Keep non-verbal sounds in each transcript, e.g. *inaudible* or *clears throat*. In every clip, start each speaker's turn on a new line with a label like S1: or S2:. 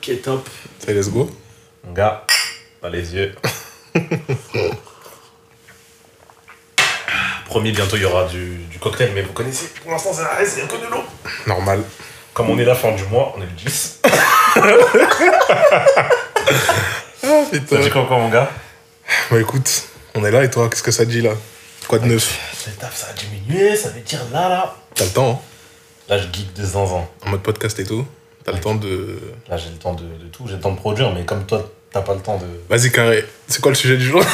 S1: qui est top.
S2: Ça, let's go.
S3: Mon gars, dans les yeux. *laughs* Promis, bientôt il y aura du, du cocktail, mais vous connaissez, pour l'instant c'est rien, c'est rien que de l'eau.
S2: Normal.
S3: Comme on est la fin du mois, on est le 10.
S2: Ah,
S3: Ça
S2: putain.
S3: te dit quoi encore, mon gars
S2: Bah écoute, on est là et toi, qu'est-ce que ça te dit là Quoi de neuf
S3: Le taf ça a diminué, ça veut dire là, là.
S2: T'as le temps,
S3: Là, je geek de zinzin.
S2: hein En mode podcast et tout. T'as le temps de.
S3: Là, j'ai le temps de, de tout, j'ai le temps de produire, mais comme toi, t'as pas le temps *laughs* de.
S2: Vas-y, carré. C'est quoi le sujet du jour *laughs*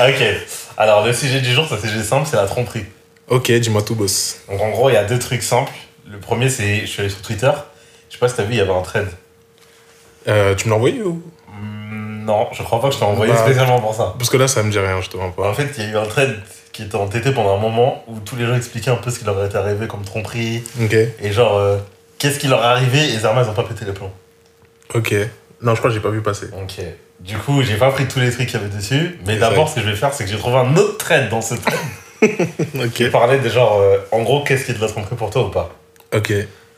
S3: Ah, ok, alors le sujet du jour, c'est un sujet simple, c'est la tromperie.
S2: Ok, dis-moi tout, boss.
S3: Donc en gros, il y a deux trucs simples. Le premier, c'est je suis allé sur Twitter. Je sais pas si t'as vu, il y avait un trend.
S2: Euh, tu me l'as envoyé ou
S3: Hmm, non, je crois pas que je t'ai envoyé
S2: Bah.
S3: spécialement pour ça.
S2: Parce que là, ça me dit rien, je te mens
S3: En
S2: pas.
S3: fait, il y a eu un trend qui était entêté pendant un moment où tous les gens expliquaient un peu ce qui leur était arrivé comme tromperie
S2: Ok,
S3: et genre euh, qu'est-ce qui leur est arrivé et Zerma, ils ont pas pété les plombs.
S2: ok. Non, je crois que j'ai pas vu
S3: *laughs*
S2: passer.
S3: Ok. Du coup, j'ai pas pris tous les trucs qu'il y avait dessus, mais
S2: C'est
S3: d'abord, ce que je vais faire, c'est que j'ai trouvé un autre trend dans ce trend
S2: Ok.
S3: qui parlait de genre euh, en gros, qu'est-ce qui est de la tromperie pour toi ou pas.
S2: Ok.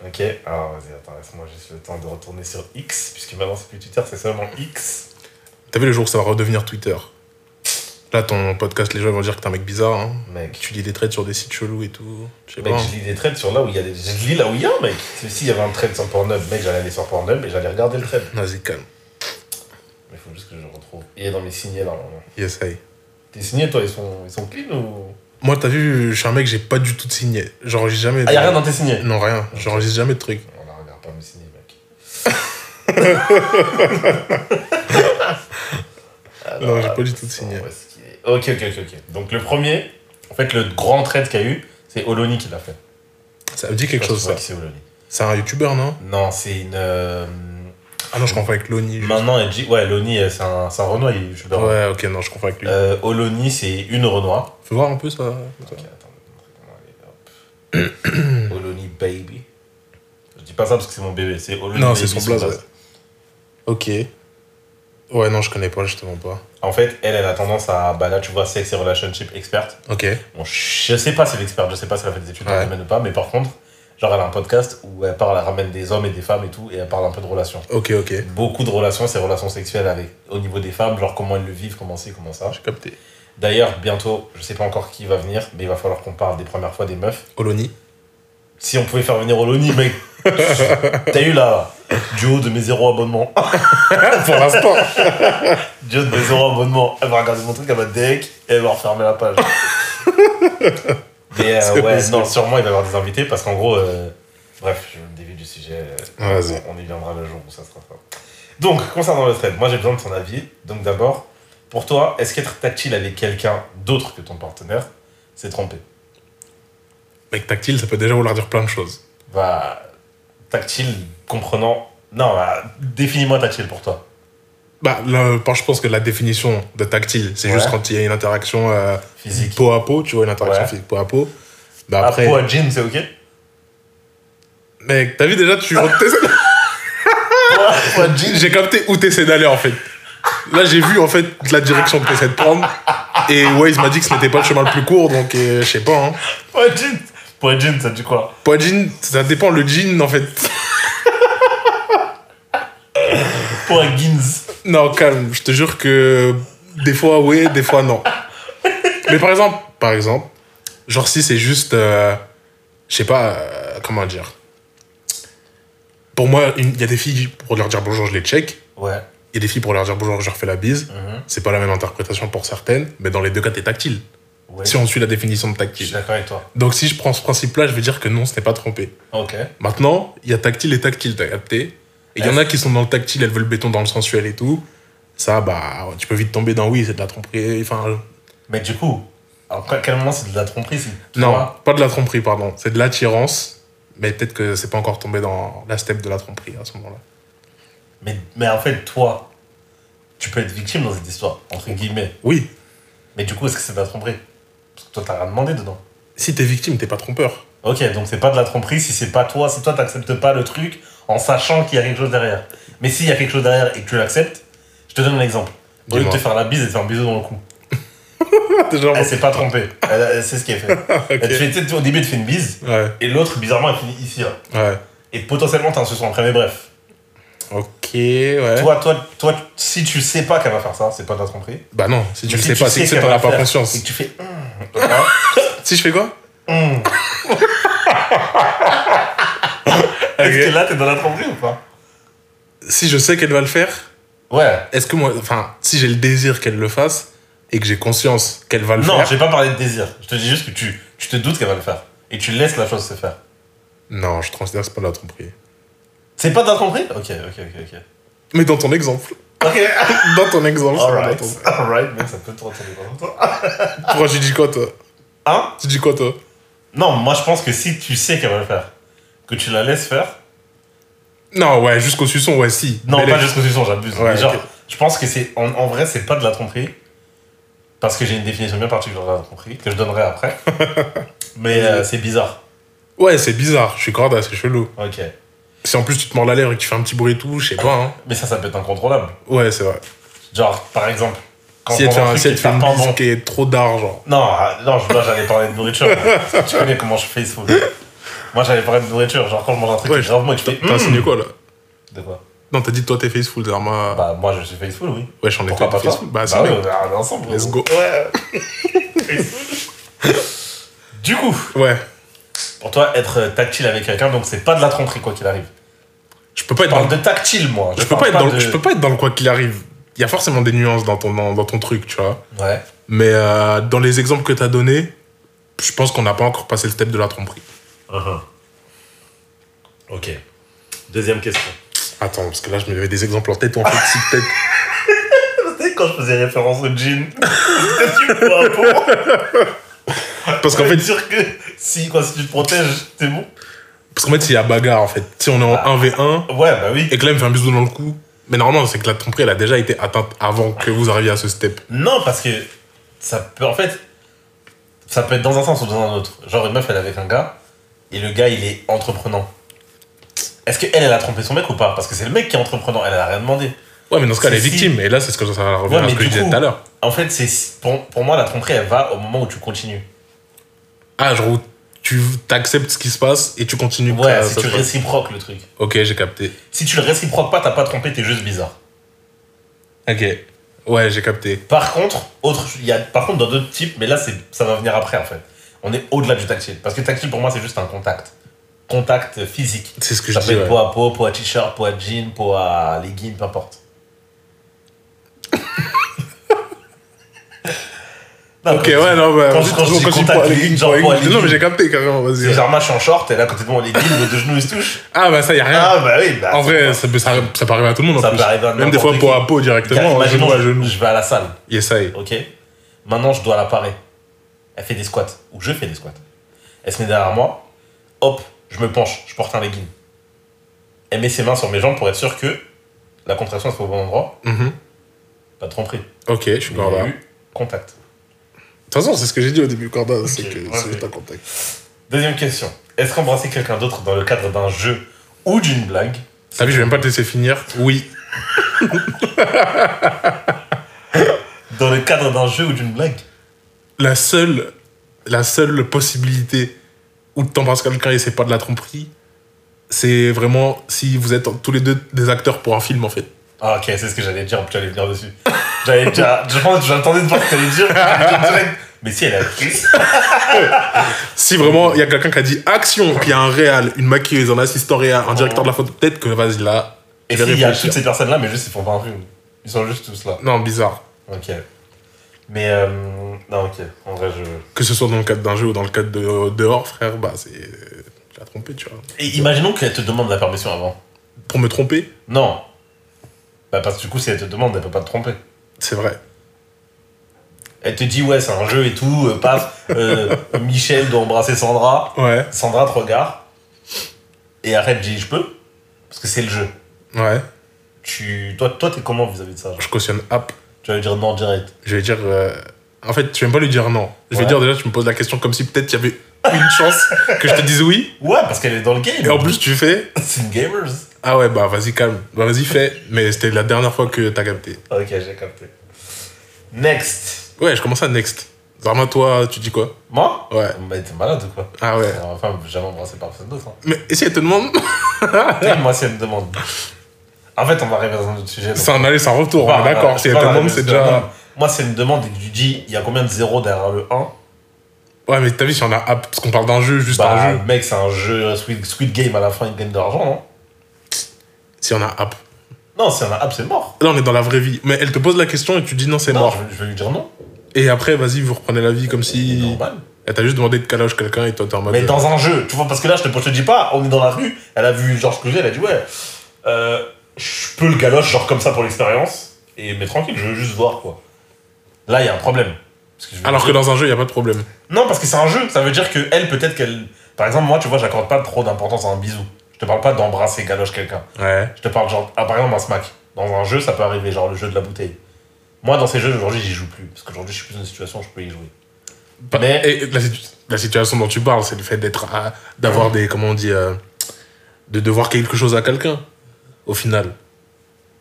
S3: Ok, alors vas-y, attends, laisse-moi juste le temps de retourner sur X, puisque maintenant c'est plus Twitter, c'est seulement X.
S2: T'as vu le jour où ça va redevenir Twitter Là, ton podcast, les gens vont dire que t'es un mec bizarre. Hein.
S3: Mec,
S2: Tu lis des trades sur des sites chelous et tout. Je sais
S3: mec
S2: pas. hein.
S3: je lis des trades sur là où il y a des. Je lis là où il y a, mec. S'il y avait un trade sur Pornhub, mec, j'allais aller sur Pornhub et j'allais regarder le trade.
S2: Vas-y, calme.
S3: Mais faut juste que je le retrouve. Il est dans mes signés normalement.
S2: Yes, aïe.
S3: Tes signés, toi, ils sont, ils sont clean ou.
S2: Moi, t'as vu, je suis un mec, j'ai pas du tout de signé. J'enregistre jamais.
S3: Ah,
S2: de-
S3: y'a rien dans tes signés
S2: Non, rien. J'enregistre jamais de trucs.
S3: On la regarde pas mes signés, mec. Alors,
S2: *laughs* Non, j'ai pas du tout de signé.
S3: Où est-ce qu'il est Ok, ok, ok, ok. Donc le premier, en fait, le grand trade qu'il y a eu, c'est Oloni qui l'a fait.
S2: Ça me dit quelque
S3: Je sais pas
S2: chose,
S3: si tu vois qui C'est
S2: ça.
S3: Oloni.
S2: C'est un youtubeur, non
S3: Non, c'est une. euh,
S2: Ah non, je confonds avec Loni.
S3: Maintenant, elle dit. Ouais, Loni, euh, c'est un, c'est un Renoir, il- je le rappelle.
S2: Ouais, ok, non, je confonds avec lui.
S3: Euh, Oloni, c'est une Renoir.
S2: Faut voir un peu ça.
S3: Ok, attends, je vais te montrer comment elle est, hop. *coughs* Oloni Baby. Je dis pas ça parce que c'est mon bébé, c'est Oloni
S2: Non,
S3: Baby.
S2: c'est son blaze, ouais. Ok. Ouais, non, je connais pas, justement pas.
S3: En fait, elle, elle a tendance à. Bah là, tu vois, sex et relationship experte.
S2: Ok.
S3: Bon, je sais pas si elle est experte, je sais pas si elle a fait des études dans le
S2: Ouais.
S3: domaine ou pas, mais par contre, genre, elle a un podcast où elle parle, elle ramène des hommes et des femmes et tout, et elle parle un peu de relations.
S2: Ok, ok.
S3: Beaucoup de relations, c'est relations sexuelles avec, au niveau des femmes, genre comment elles le vivent, comment c'est, comment ça.
S2: J'ai capté.
S3: D'ailleurs, bientôt, je sais pas encore qui va venir, mais il va falloir qu'on parle des premières fois des meufs.
S2: Oloni.
S3: Si on pouvait faire venir Oloni, mec, t'as eu là, du haut de mes zéro abonnements, *laughs*
S2: Pour l'instant.
S3: du haut de mes zéro abonnements, elle va regarder mon truc, elle va deck, et elle va refermer la page. Mais euh,
S2: C'est
S3: ouais,
S2: possible.
S3: non, sûrement il va y avoir des invités parce qu'en gros, euh, bref, je me dévie du sujet. euh,
S2: Vas-y.
S3: On y viendra le jour où ça sera ça. Donc, concernant le trade, moi j'ai besoin de ton avis. Donc d'abord, pour toi, est-ce qu'être tactile avec quelqu'un d'autre que ton partenaire, c'est tromper
S2: Mec tactile, ça peut déjà vouloir dire plein de choses.
S3: Bah, tactile, comprenant. Non, bah, définis-moi tactile pour toi.
S2: Bah, là, par- je pense que la définition de tactile, c'est
S3: Ouais.
S2: juste quand il y a une interaction euh,
S3: Physique.
S2: peau à peau, tu vois, une interaction
S3: Ouais.
S2: physique peau à peau. Bah,
S3: Après,
S2: après.
S3: peau à jean, c'est ok *laughs*
S2: Mec, t'as vu déjà, tu t'essaies-
S3: Peau à jean
S2: J'ai capté où t'essaies d'aller en fait. Là, j'ai vu en fait la direction que t'essaies de prendre. Et Waze m'a dit que ce n'était pas le chemin le plus court, donc euh, je sais pas. Hein.
S3: Peau à jean Peau à jean, ça dit quoi
S2: Poids de jean, ça dépend le jean en fait.
S3: Peau à guins.
S2: Non, calme, je te jure que des fois oui, des fois non. Mais par exemple, par exemple, genre si c'est juste, euh, je sais pas, euh, comment dire. Pour moi, une- il y a des filles pour leur dire bonjour, je les check.
S3: Ouais.
S2: Il y a des filles pour leur dire bonjour, je leur fais la bise.
S3: Mhm.
S2: C'est pas la même interprétation pour certaines, mais dans les deux cas, t'es tactile.
S3: Ouais.
S2: Si on suit la définition de
S3: Je suis
S2: tactile.
S3: d'accord avec toi.
S2: Donc si je prends ce principe-là, je vais dire que non, ce n'est pas trompé.
S3: Ok.
S2: Maintenant, il y a tactile et tactile, t'as capté Et il y en a qui sont dans le tactile, elles veulent le béton dans le sensuel et tout. Ça, bah, tu peux vite tomber dans oui, c'est de la tromperie. Enfin,
S3: Mais du coup, après, à quel moment c'est de la tromperie si tu
S2: non,
S3: vois
S2: pas de la tromperie, pardon. C'est de l'attirance, mais peut-être que c'est pas encore tombé dans la step de la tromperie à ce moment-là.
S3: mais, mais en fait, toi, tu peux être victime dans cette histoire, entre guillemets.
S2: Oui,
S3: Mais du coup, est-ce que c'est de la tromperie Parce que toi, t'as rien demandé dedans.
S2: si t'es victime, t'es pas trompeur. *laughs*
S3: Ok, donc c'est pas de la tromperie si c'est pas toi, si toi t'acceptes pas le truc en sachant qu'il y a quelque chose derrière. Mais s'il y a quelque chose derrière et que tu l'acceptes, je te donne un exemple. Au lieu de
S2: Dis-moi.
S3: te faire la bise et te faire un bisou dans le cou,
S2: Déjà,
S3: elle s'est pas trompée.
S2: *laughs*
S3: Elle, elle sait ce qu'elle fait. Elle te fait tu sais, au début, elle te fait une bise
S2: ouais,
S3: et l'autre, bizarrement, elle finit ici. là.
S2: ouais.
S3: et potentiellement t'as un soupçon après, mais bref.
S2: Ok, ouais.
S3: Toi, toi, toi, si tu sais pas qu'elle va faire ça, c'est pas de la tromperie.
S2: Bah non, si tu
S3: Mais
S2: le
S3: si
S2: sais
S3: tu
S2: pas,
S3: sais
S2: c'est
S3: qu'elle
S2: que t'en
S3: va
S2: as pas
S3: faire.
S2: conscience.
S3: Et que tu fais. Hum, voilà.
S2: Si je fais quoi
S3: Hum.
S2: *laughs*
S3: Est-ce que là t'es dans la tromperie ou pas
S2: Si je sais qu'elle va le faire,
S3: Ouais.
S2: est-ce que moi. Enfin, si j'ai le désir qu'elle le fasse et que j'ai conscience qu'elle va le
S3: Non,
S2: faire.
S3: j'ai pas parlé de désir. Je te dis juste que tu, tu te doutes qu'elle va le faire. Et tu laisses la chose se faire.
S2: Non, je considère que c'est pas de la tromperie.
S3: C'est pas de la tromperie Ok, ok, ok, ok.
S2: Mais dans ton exemple.
S3: Ok,
S2: Dans ton exemple. c'est pas de la
S3: alright.
S2: tromperie.
S3: Alright, mais ça peut te retourner contre toi.
S2: Pourquoi tu dis quoi, toi
S3: Hein
S2: Tu dis quoi, toi
S3: Non, moi je pense que si tu sais qu'elle va le faire, que tu la laisses faire.
S2: Non, ouais, jusqu'au suçon, ouais, si.
S3: Non,
S2: Mais
S3: pas
S2: les-
S3: jusqu'au suçon, j'abuse.
S2: Ouais,
S3: Mais genre,
S2: ok.
S3: je pense que c'est. En, en vrai, c'est pas de la tromperie. Parce que j'ai une définition bien particulière de la tromperie, que je donnerai après.
S2: *laughs*
S3: mais euh, c'est bizarre.
S2: Ouais, c'est bizarre, je suis corda, c'est chelou.
S3: Ok.
S2: Si en plus tu te mords la lèvre et que tu fais un petit bruit et tout, je sais pas, hein.
S3: Mais ça, ça peut être incontrôlable.
S2: Ouais, c'est vrai.
S3: Genre, par exemple. Quand
S2: Si elle te fait
S3: prend un
S2: un-
S3: truc
S2: si elle
S3: qui
S2: te fait
S3: sent
S2: une
S3: pas bon.
S2: bise qui est trop d'argent.
S3: Non, ah, non, je- là j'allais parler de
S2: *laughs*
S3: nourriture. mais tu connais comment je fais, il se fout. Moi j'allais parler de nourriture, genre quand je mange un truc
S2: Ouais,
S3: qui est grave moi, je fais.
S2: T'as
S3: hmm.
S2: signé quoi, là
S3: De quoi
S2: Non, t'as dit toi t'es Faceful, Zerma.
S3: Bah moi je suis Faceful, oui.
S2: ouais, j'en ai
S3: Pourquoi
S2: fait
S3: pas toi
S2: Faceful. Bah, c'est vrai.
S3: ouais, on est ensemble.
S2: Let's
S3: gros.
S2: go.
S3: Ouais. *laughs* du coup,
S2: Ouais.
S3: pour toi, être tactile avec quelqu'un, donc c'est pas de la tromperie quoi qu'il arrive.
S2: Je peux pas
S3: Je
S2: être dans
S3: parle
S2: le...
S3: de tactile moi.
S2: Je peux
S3: parle
S2: pas être dans le...
S3: de-
S2: Je peux pas être dans le quoi qu'il arrive. Il y a forcément des nuances dans ton, dans, dans ton truc, tu vois.
S3: Ouais.
S2: Mais euh, dans les exemples que t'as donnés, je pense qu'on n'a pas encore passé le step de la tromperie.
S3: Uh-huh. Ok. Deuxième question. *laughs*
S2: Attends, parce que là, je me mets des exemples en tête ou en fait, si peut-être.
S3: Tu sais, quand je faisais référence au jean, *laughs* tu vois, bon.
S2: *laughs* Parce qu'en
S3: Ça veut
S2: fait,
S3: dire que si, quoi, si tu te protèges, c'est bon.
S2: Parce qu'en fait, s'il y a bagarre, en fait, si on est en 1v1
S3: Ouais, bah oui.
S2: et que là, il me fait un bisou dans le cou, mais normalement, c'est que la tromperie, elle a déjà été atteinte avant que vous arriviez à ce step.
S3: Non, parce que ça peut, en fait, ça peut être dans un sens ou dans un autre. Genre, une meuf, elle est avec un gars, et le gars, il est entreprenant. Est-ce qu'elle, elle a trompé son mec ou pas Parce que c'est le mec qui est entreprenant, elle, elle a rien demandé.
S2: Ouais, mais dans ce cas, elle est
S3: Si, si.
S2: victime. Et là, c'est ce que ça va revenir
S3: Ouais,
S2: à ce
S3: mais
S2: que je
S3: du
S2: disais
S3: coup-
S2: tout à l'heure.
S3: En fait, c'est pour, pour moi, la tromperie, elle va au moment où tu continues.
S2: Ah, genre, où tu t'acceptes ce qui se passe et tu continues. que
S3: Ouais,
S2: ça-
S3: si
S2: ça
S3: tu
S2: se passe.
S3: réciproques le truc.
S2: Ok, j'ai capté.
S3: Si tu le réciproques pas, t'as pas trompé, t'es juste bizarre.
S2: Ok. Ouais, j'ai capté.
S3: Par contre, autre, il y a, par contre, dans d'autres types, mais là, c'est, ça va venir après, en fait. On est au-delà du tactile. Parce que tactile, pour moi, c'est juste un contact. Contact physique.
S2: C'est ce que
S3: Ça
S2: je
S3: peut
S2: dis.
S3: être
S2: ouais.
S3: peau à peau, peau à t-shirt, peau à jean, peau à legging, peu
S2: *laughs*
S3: importe. Non,
S2: Ok,
S3: quand-
S2: ouais, non, bah.
S3: quand je-
S2: vas-y,
S3: quand je
S2: toujours,
S3: dis
S2: tu
S3: contact
S2: parles-
S3: ligne, genre,
S2: ouais,
S3: point
S2: ligne. Non,
S3: ligne.
S2: mais j'ai capté carrément, vas-y.
S3: C'est
S2: ouais.
S3: genre, moi, je suis en short, et là, à côté de moi, en legging, nos deux genoux, ils se touchent.
S2: Ah, bah ça, y a rien.
S3: Ah, bah oui, bah.
S2: En vrai, ça peut, ça, ça peut arriver à tout le monde en
S3: Ça
S2: plus.
S3: peut arriver à
S2: Même des
S3: n'importe
S2: fois,
S3: qui.
S2: peau à peau directement, genou
S3: imaginons,
S2: à genou.
S3: je vais à la salle,
S2: Yes, ça y est.
S3: ok Maintenant, je dois la parer. Elle fait des squats, ou je fais des squats. Elle se met derrière moi, hop, je me penche, je porte un legging. Elle met ses mains sur mes jambes pour être sûr que la contraction se fait au bon endroit.
S2: Mhm.
S3: Pas de tromperie.
S2: Ok, je suis
S3: Il y a
S2: là.
S3: eu contact.
S2: De toute façon, c'est ce que j'ai dit au début, Corda, c'est que
S3: ouais,
S2: c'est
S3: ouais.
S2: un contact.
S3: Deuxième question. Est-ce qu'embrasser quelqu'un d'autre dans le cadre d'un jeu ou d'une blague
S2: T'as vu, je vais même pas te laisser finir. Oui.
S3: Dans le cadre d'un jeu ou d'une blague
S2: La seule, la seule possibilité où t'embrasses quelqu'un et c'est pas de la tromperie, c'est vraiment si vous êtes tous les deux des acteurs pour un film, en fait.
S3: Ah ok, c'est ce que j'allais dire, tu allais venir dessus. *laughs* J'allais déjà... Je pense que j'attendais de voir ce que t'allais dire. j'allais dire direct, Mais si elle est actrice.
S2: Si vraiment il y a quelqu'un qui a dit action, qu'il y a un réal, une maquilleuse, un assistant réal, un directeur de la photo, peut-être que vas-y là.
S3: Et
S2: je vais
S3: s'il y a
S2: réfléchir.
S3: toutes ces personnes-là, mais juste ils font pas un film. Ils sont juste tous là.
S2: Non, bizarre.
S3: Ok. Mais euh... Non ok, en vrai je...
S2: Que ce soit dans le cadre d'un jeu ou dans le cadre de dehors, frère, bah c'est. Tu l'as trompé, tu vois.
S3: Et imaginons qu'elle te demande la permission avant.
S2: Pour me tromper,
S3: Non. Bah parce que du coup si elle te demande, elle peut pas te tromper.
S2: c'est vrai.
S3: Elle te dit, ouais, c'est un jeu et tout, euh, paf, *laughs* euh, Michel doit embrasser Sandra,
S2: Ouais,
S3: Sandra te regarde, et arrête, elle te dit, je peux, parce que c'est le jeu.
S2: ouais.
S3: Tu, toi, toi, t'es comment vis-à-vis de ça genre
S2: Je cautionne app.
S3: Tu vas lui dire non direct.
S2: je vais dire. euh, En fait, tu vais même pas lui dire non. Je vais
S3: Ouais.
S2: dire déjà, tu me poses la question comme si peut-être il y avait une chance que je te dise oui.
S3: Ouais, parce qu'elle est dans le game.
S2: Et en plus, tu fais.
S3: *laughs* c'est une gamers.
S2: Ah ouais, bah vas-y, calme. Bah vas-y, fais. Mais c'était la dernière fois que t'as capté.
S3: Ok, j'ai capté. Next.
S2: Ouais, je commence à next. Zarma, toi, tu dis quoi
S3: Moi
S2: Ouais.
S3: Mais t'es malade ou quoi
S2: Ah ouais.
S3: Ma femme ne jamais embrassée par personne d'autre. hein.
S2: Mais si elle te demande, *laughs*
S3: Et moi, si elle me demande. En fait, on va arriver dans un autre sujet. donc.
S2: c'est un aller sans retour, on
S3: Bah,
S2: est d'accord.
S3: je
S2: Si elle
S3: peux
S2: te
S3: pas
S2: demande,
S3: répondre,
S2: c'est
S3: pas
S2: déjà.
S3: grave. Moi, si elle me demande et que tu dis, il y a combien de zéros derrière le 1
S2: Ouais, mais t'as vu, si on a app, parce qu'on parle d'un jeu, juste
S3: Bah,
S2: un jeu.
S3: mec, c'est un jeu euh, Squid, Squid Game à la fin, il gagne de l'argent, non
S2: Si on a app.
S3: Non, c'est un app, c'est mort.
S2: Là, on est dans la vraie vie. Mais elle te pose la question et tu dis non, c'est
S3: Non,
S2: mort.
S3: je, je vais lui dire non.
S2: Et après, vas-y, vous reprenez la vie comme
S3: C'est
S2: si.
S3: normal.
S2: Elle t'a juste demandé de calage quelqu'un et toi, t'es en mode. euh,
S3: Mais dans un jeu, tu vois, parce que là, je te, je te dis pas, on est dans la rue, elle a vu Georges Clooney, elle a dit, ouais, euh, je peux le galoche, genre comme ça pour l'expérience, et mais tranquille, je veux juste voir, quoi. Là, il y a un problème. Parce que je veux
S2: Alors que
S3: dire-
S2: dans un jeu, il a pas de problème.
S3: Non, parce que c'est un jeu, ça veut dire que elle, peut-être qu'elle. Par exemple, moi, tu vois, j'accorde pas trop d'importance à un bisou. Je te parle pas d'embrasser galoche quelqu'un.
S2: Ouais.
S3: Je te parle, genre, ah, par exemple, un smack. Dans un jeu, ça peut arriver, genre le jeu de la bouteille. Moi, dans ces jeux, aujourd'hui, j'y joue plus. Parce qu'aujourd'hui, je suis plus dans une situation où je peux y jouer.
S2: Pas-
S3: Mais-
S2: Et la, situ- la situation dont tu parles, c'est le fait d'être. à- d'avoir des. Comment on dit. euh, de devoir quelque chose à quelqu'un, au final.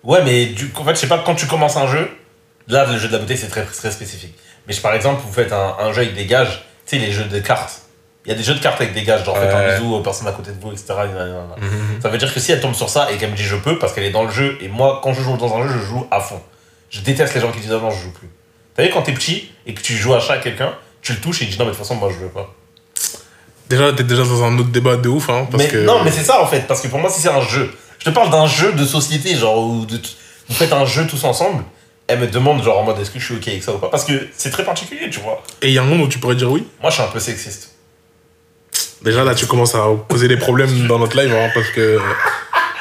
S3: Ouais, mais du coup, en fait, je sais pas, quand tu commences un jeu, là, le jeu de la bouteille, c'est très, très spécifique. Mais je- par exemple, vous faites un, un jeu avec des gages, tu sais, les jeux de cartes. Il y a des jeux de cartes avec des gages, genre, faites
S2: Ouais.
S3: un bisou aux personnes à côté de vous, etc. nan, nan, nan. Ça veut dire que si elle tombe sur ça et qu'elle me dit je peux, parce qu'elle est dans le jeu, et moi, quand je joue dans un jeu, je joue à fond. Je déteste les gens qui disent ah non, je joue plus. T'as vu, quand t'es petit et que tu joues à chat à quelqu'un, tu le touches et il dit non, mais de toute façon, moi, je veux pas.
S2: Déjà, t'es déjà dans un autre débat de ouf, hein. Parce
S3: mais,
S2: que.
S3: Non, mais c'est ça en fait, parce que pour moi, si c'est un jeu, je te parle d'un jeu de société, genre où de t- vous faites un jeu tous ensemble, elle me demande, genre en mode est-ce que je suis ok avec ça ou pas, parce que c'est très particulier, tu vois.
S2: Et il y a un monde où tu pourrais dire oui.
S3: Moi, je suis un peu sexiste.
S2: Déjà, là, tu commences à causer des problèmes dans notre live, hein, parce que.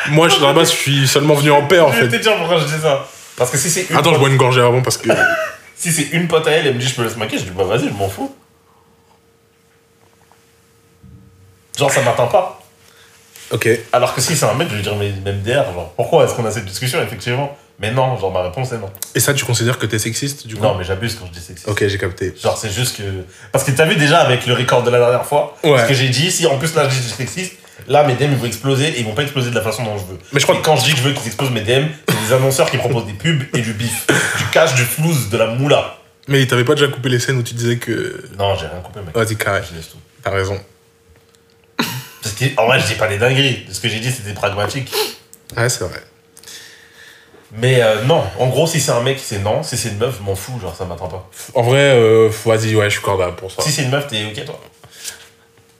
S2: Moi, je, là-bas, je suis seulement venu en paix, en
S3: je vais te
S2: fait.
S3: dire pourquoi je dis ça. Parce que si c'est une,
S2: Attends, je bois une gorgée avant, parce que.
S3: si c'est une pote à elle, elle me dit je peux la maquiller, je dis bah vas-y, je m'en fous. Genre, ça m'atteint pas.
S2: Ok.
S3: Alors que si c'est un mec, je vais dire mais même derrière, genre pourquoi est-ce qu'on a cette discussion, effectivement Mais non, genre ma réponse est non.
S2: Et ça, tu considères que t'es sexiste, du coup
S3: Non, mais j'abuse quand je dis sexiste.
S2: Ok, j'ai capté.
S3: Genre, c'est juste que. Parce que t'as vu déjà avec le record de la dernière fois,
S2: Ouais.
S3: ce que j'ai dit, si en plus là je dis que je suis sexiste, là mes DM ils vont exploser et ils vont pas exploser de la façon dont je veux.
S2: Mais je crois
S3: Et
S2: que-
S3: quand je dis que je veux qu'ils explosent mes DM, c'est des annonceurs qui proposent des pubs et du bif, du cash, du flouze, de la moula.
S2: Mais t'avais pas déjà coupé les scènes où tu disais que.
S3: Non, j'ai rien coupé, mec.
S2: Vas-y, carré.
S3: Je laisse tout.
S2: T'as raison.
S3: Parce que, en vrai, je dis pas des dingueries. Ce que j'ai dit, c'était pragmatique.
S2: Ouais, c'est vrai.
S3: Mais euh, non, en gros, si c'est un mec, c'est non. Si c'est une meuf, je m'en fous, genre ça m'attend pas.
S2: En vrai, euh, vas-y, ouais, je suis cordable pour ça.
S3: Si c'est une meuf, t'es ok toi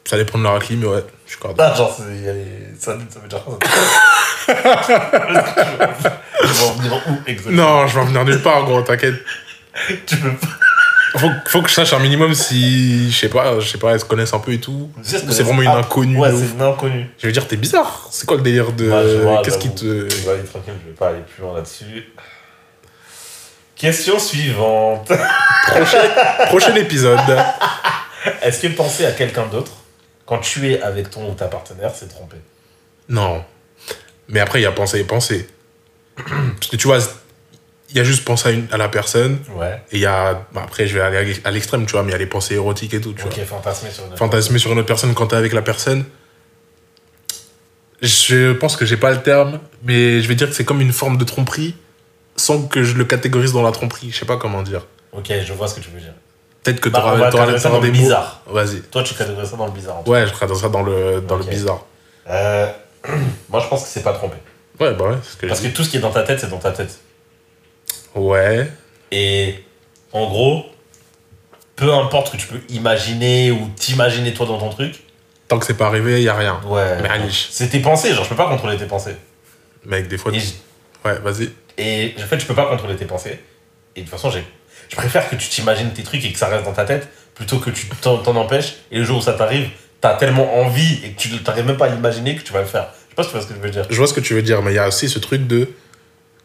S2: Ça allait prendre la raclée, mais ouais, je suis cordable.
S3: Ah, genre, c'est- y a les- ça, ça veut dire quoi ça Je vais en venir où exactement
S2: Non, je vais en venir nulle part, gros, t'inquiète.
S3: Tu peux pas.
S2: Faut, faut que je sache un minimum si, je sais pas, je sais pas, elles se connaissent un peu et tout.
S3: Tu sais ce que
S2: C'est vraiment une
S3: Ah,
S2: inconnue.
S3: Ouais,
S2: de
S3: c'est
S2: ouf.
S3: une inconnue.
S2: Je veux dire, t'es bizarre. C'est quoi le délire de.
S3: Ouais, Bah, je vois,
S2: Qu'est-ce qui
S3: j'avoue.
S2: te.
S3: Vas-y, tranquille, je vais pas aller plus loin là-dessus. Question suivante.
S2: Prochain épisode.
S3: Est-ce que penser à quelqu'un d'autre quand tu es avec ton ou ta partenaire, c'est tromper
S2: Non. Mais après, il y a penser et penser. Parce que tu vois, il y a juste penser à, une- à la personne.
S3: Ouais.
S2: Et il y a. bah, après, je vais aller à l'ex- à l'extrême, tu vois, mais il y a les pensées érotiques et tout, tu vois.
S3: Ok, fantasmer sur une autre.
S2: fantasmer sur une autre personne quand t'es avec la personne. Je pense que j'ai pas le terme, mais je vais dire que c'est comme une forme de tromperie sans que je le catégorise dans la tromperie. Je sais pas comment dire.
S3: Ok, je vois ce que tu veux dire.
S2: Peut-être que
S3: Bah, on
S2: t'auras
S3: va
S2: t'auras-
S3: cadrer ça
S2: t'auras
S3: dans le
S2: des mots.
S3: bizarre.
S2: Vas-y.
S3: Toi, tu catégorises ça dans le bizarre. en tout
S2: Ouais, je cadre ça dans le, dans
S3: Ok.
S2: le bizarre.
S3: cas. Euh, *clears throat* moi, je pense que c'est pas tromper.
S2: Ouais, bah ouais, c'est ce que j'ai
S3: Parce que
S2: dit.
S3: tout ce qui est dans ta tête, c'est dans ta tête.
S2: Ouais.
S3: Et en gros, peu importe ce que tu peux imaginer ou t'imaginer toi dans ton truc,
S2: Tant que c'est pas arrivé, y a rien.
S3: ouais.
S2: Mais allez.
S3: C'est tes pensées, genre je peux pas contrôler tes pensées.
S2: Mec, des fois.
S3: Et,
S2: tu- Ouais, vas-y.
S3: et en fait, je peux pas contrôler tes pensées. Et de toute façon, j'ai. Je préfère que tu t'imagines tes trucs et que ça reste dans ta tête plutôt que tu t'en t'en empêches. Et le jour où ça t'arrive, t'as tellement envie et que tu t'arrives même pas à l'imaginer que tu vas le faire. Je sais pas si tu vois ce que je veux dire.
S2: Je vois ce que tu veux dire, mais il y a aussi ce truc de.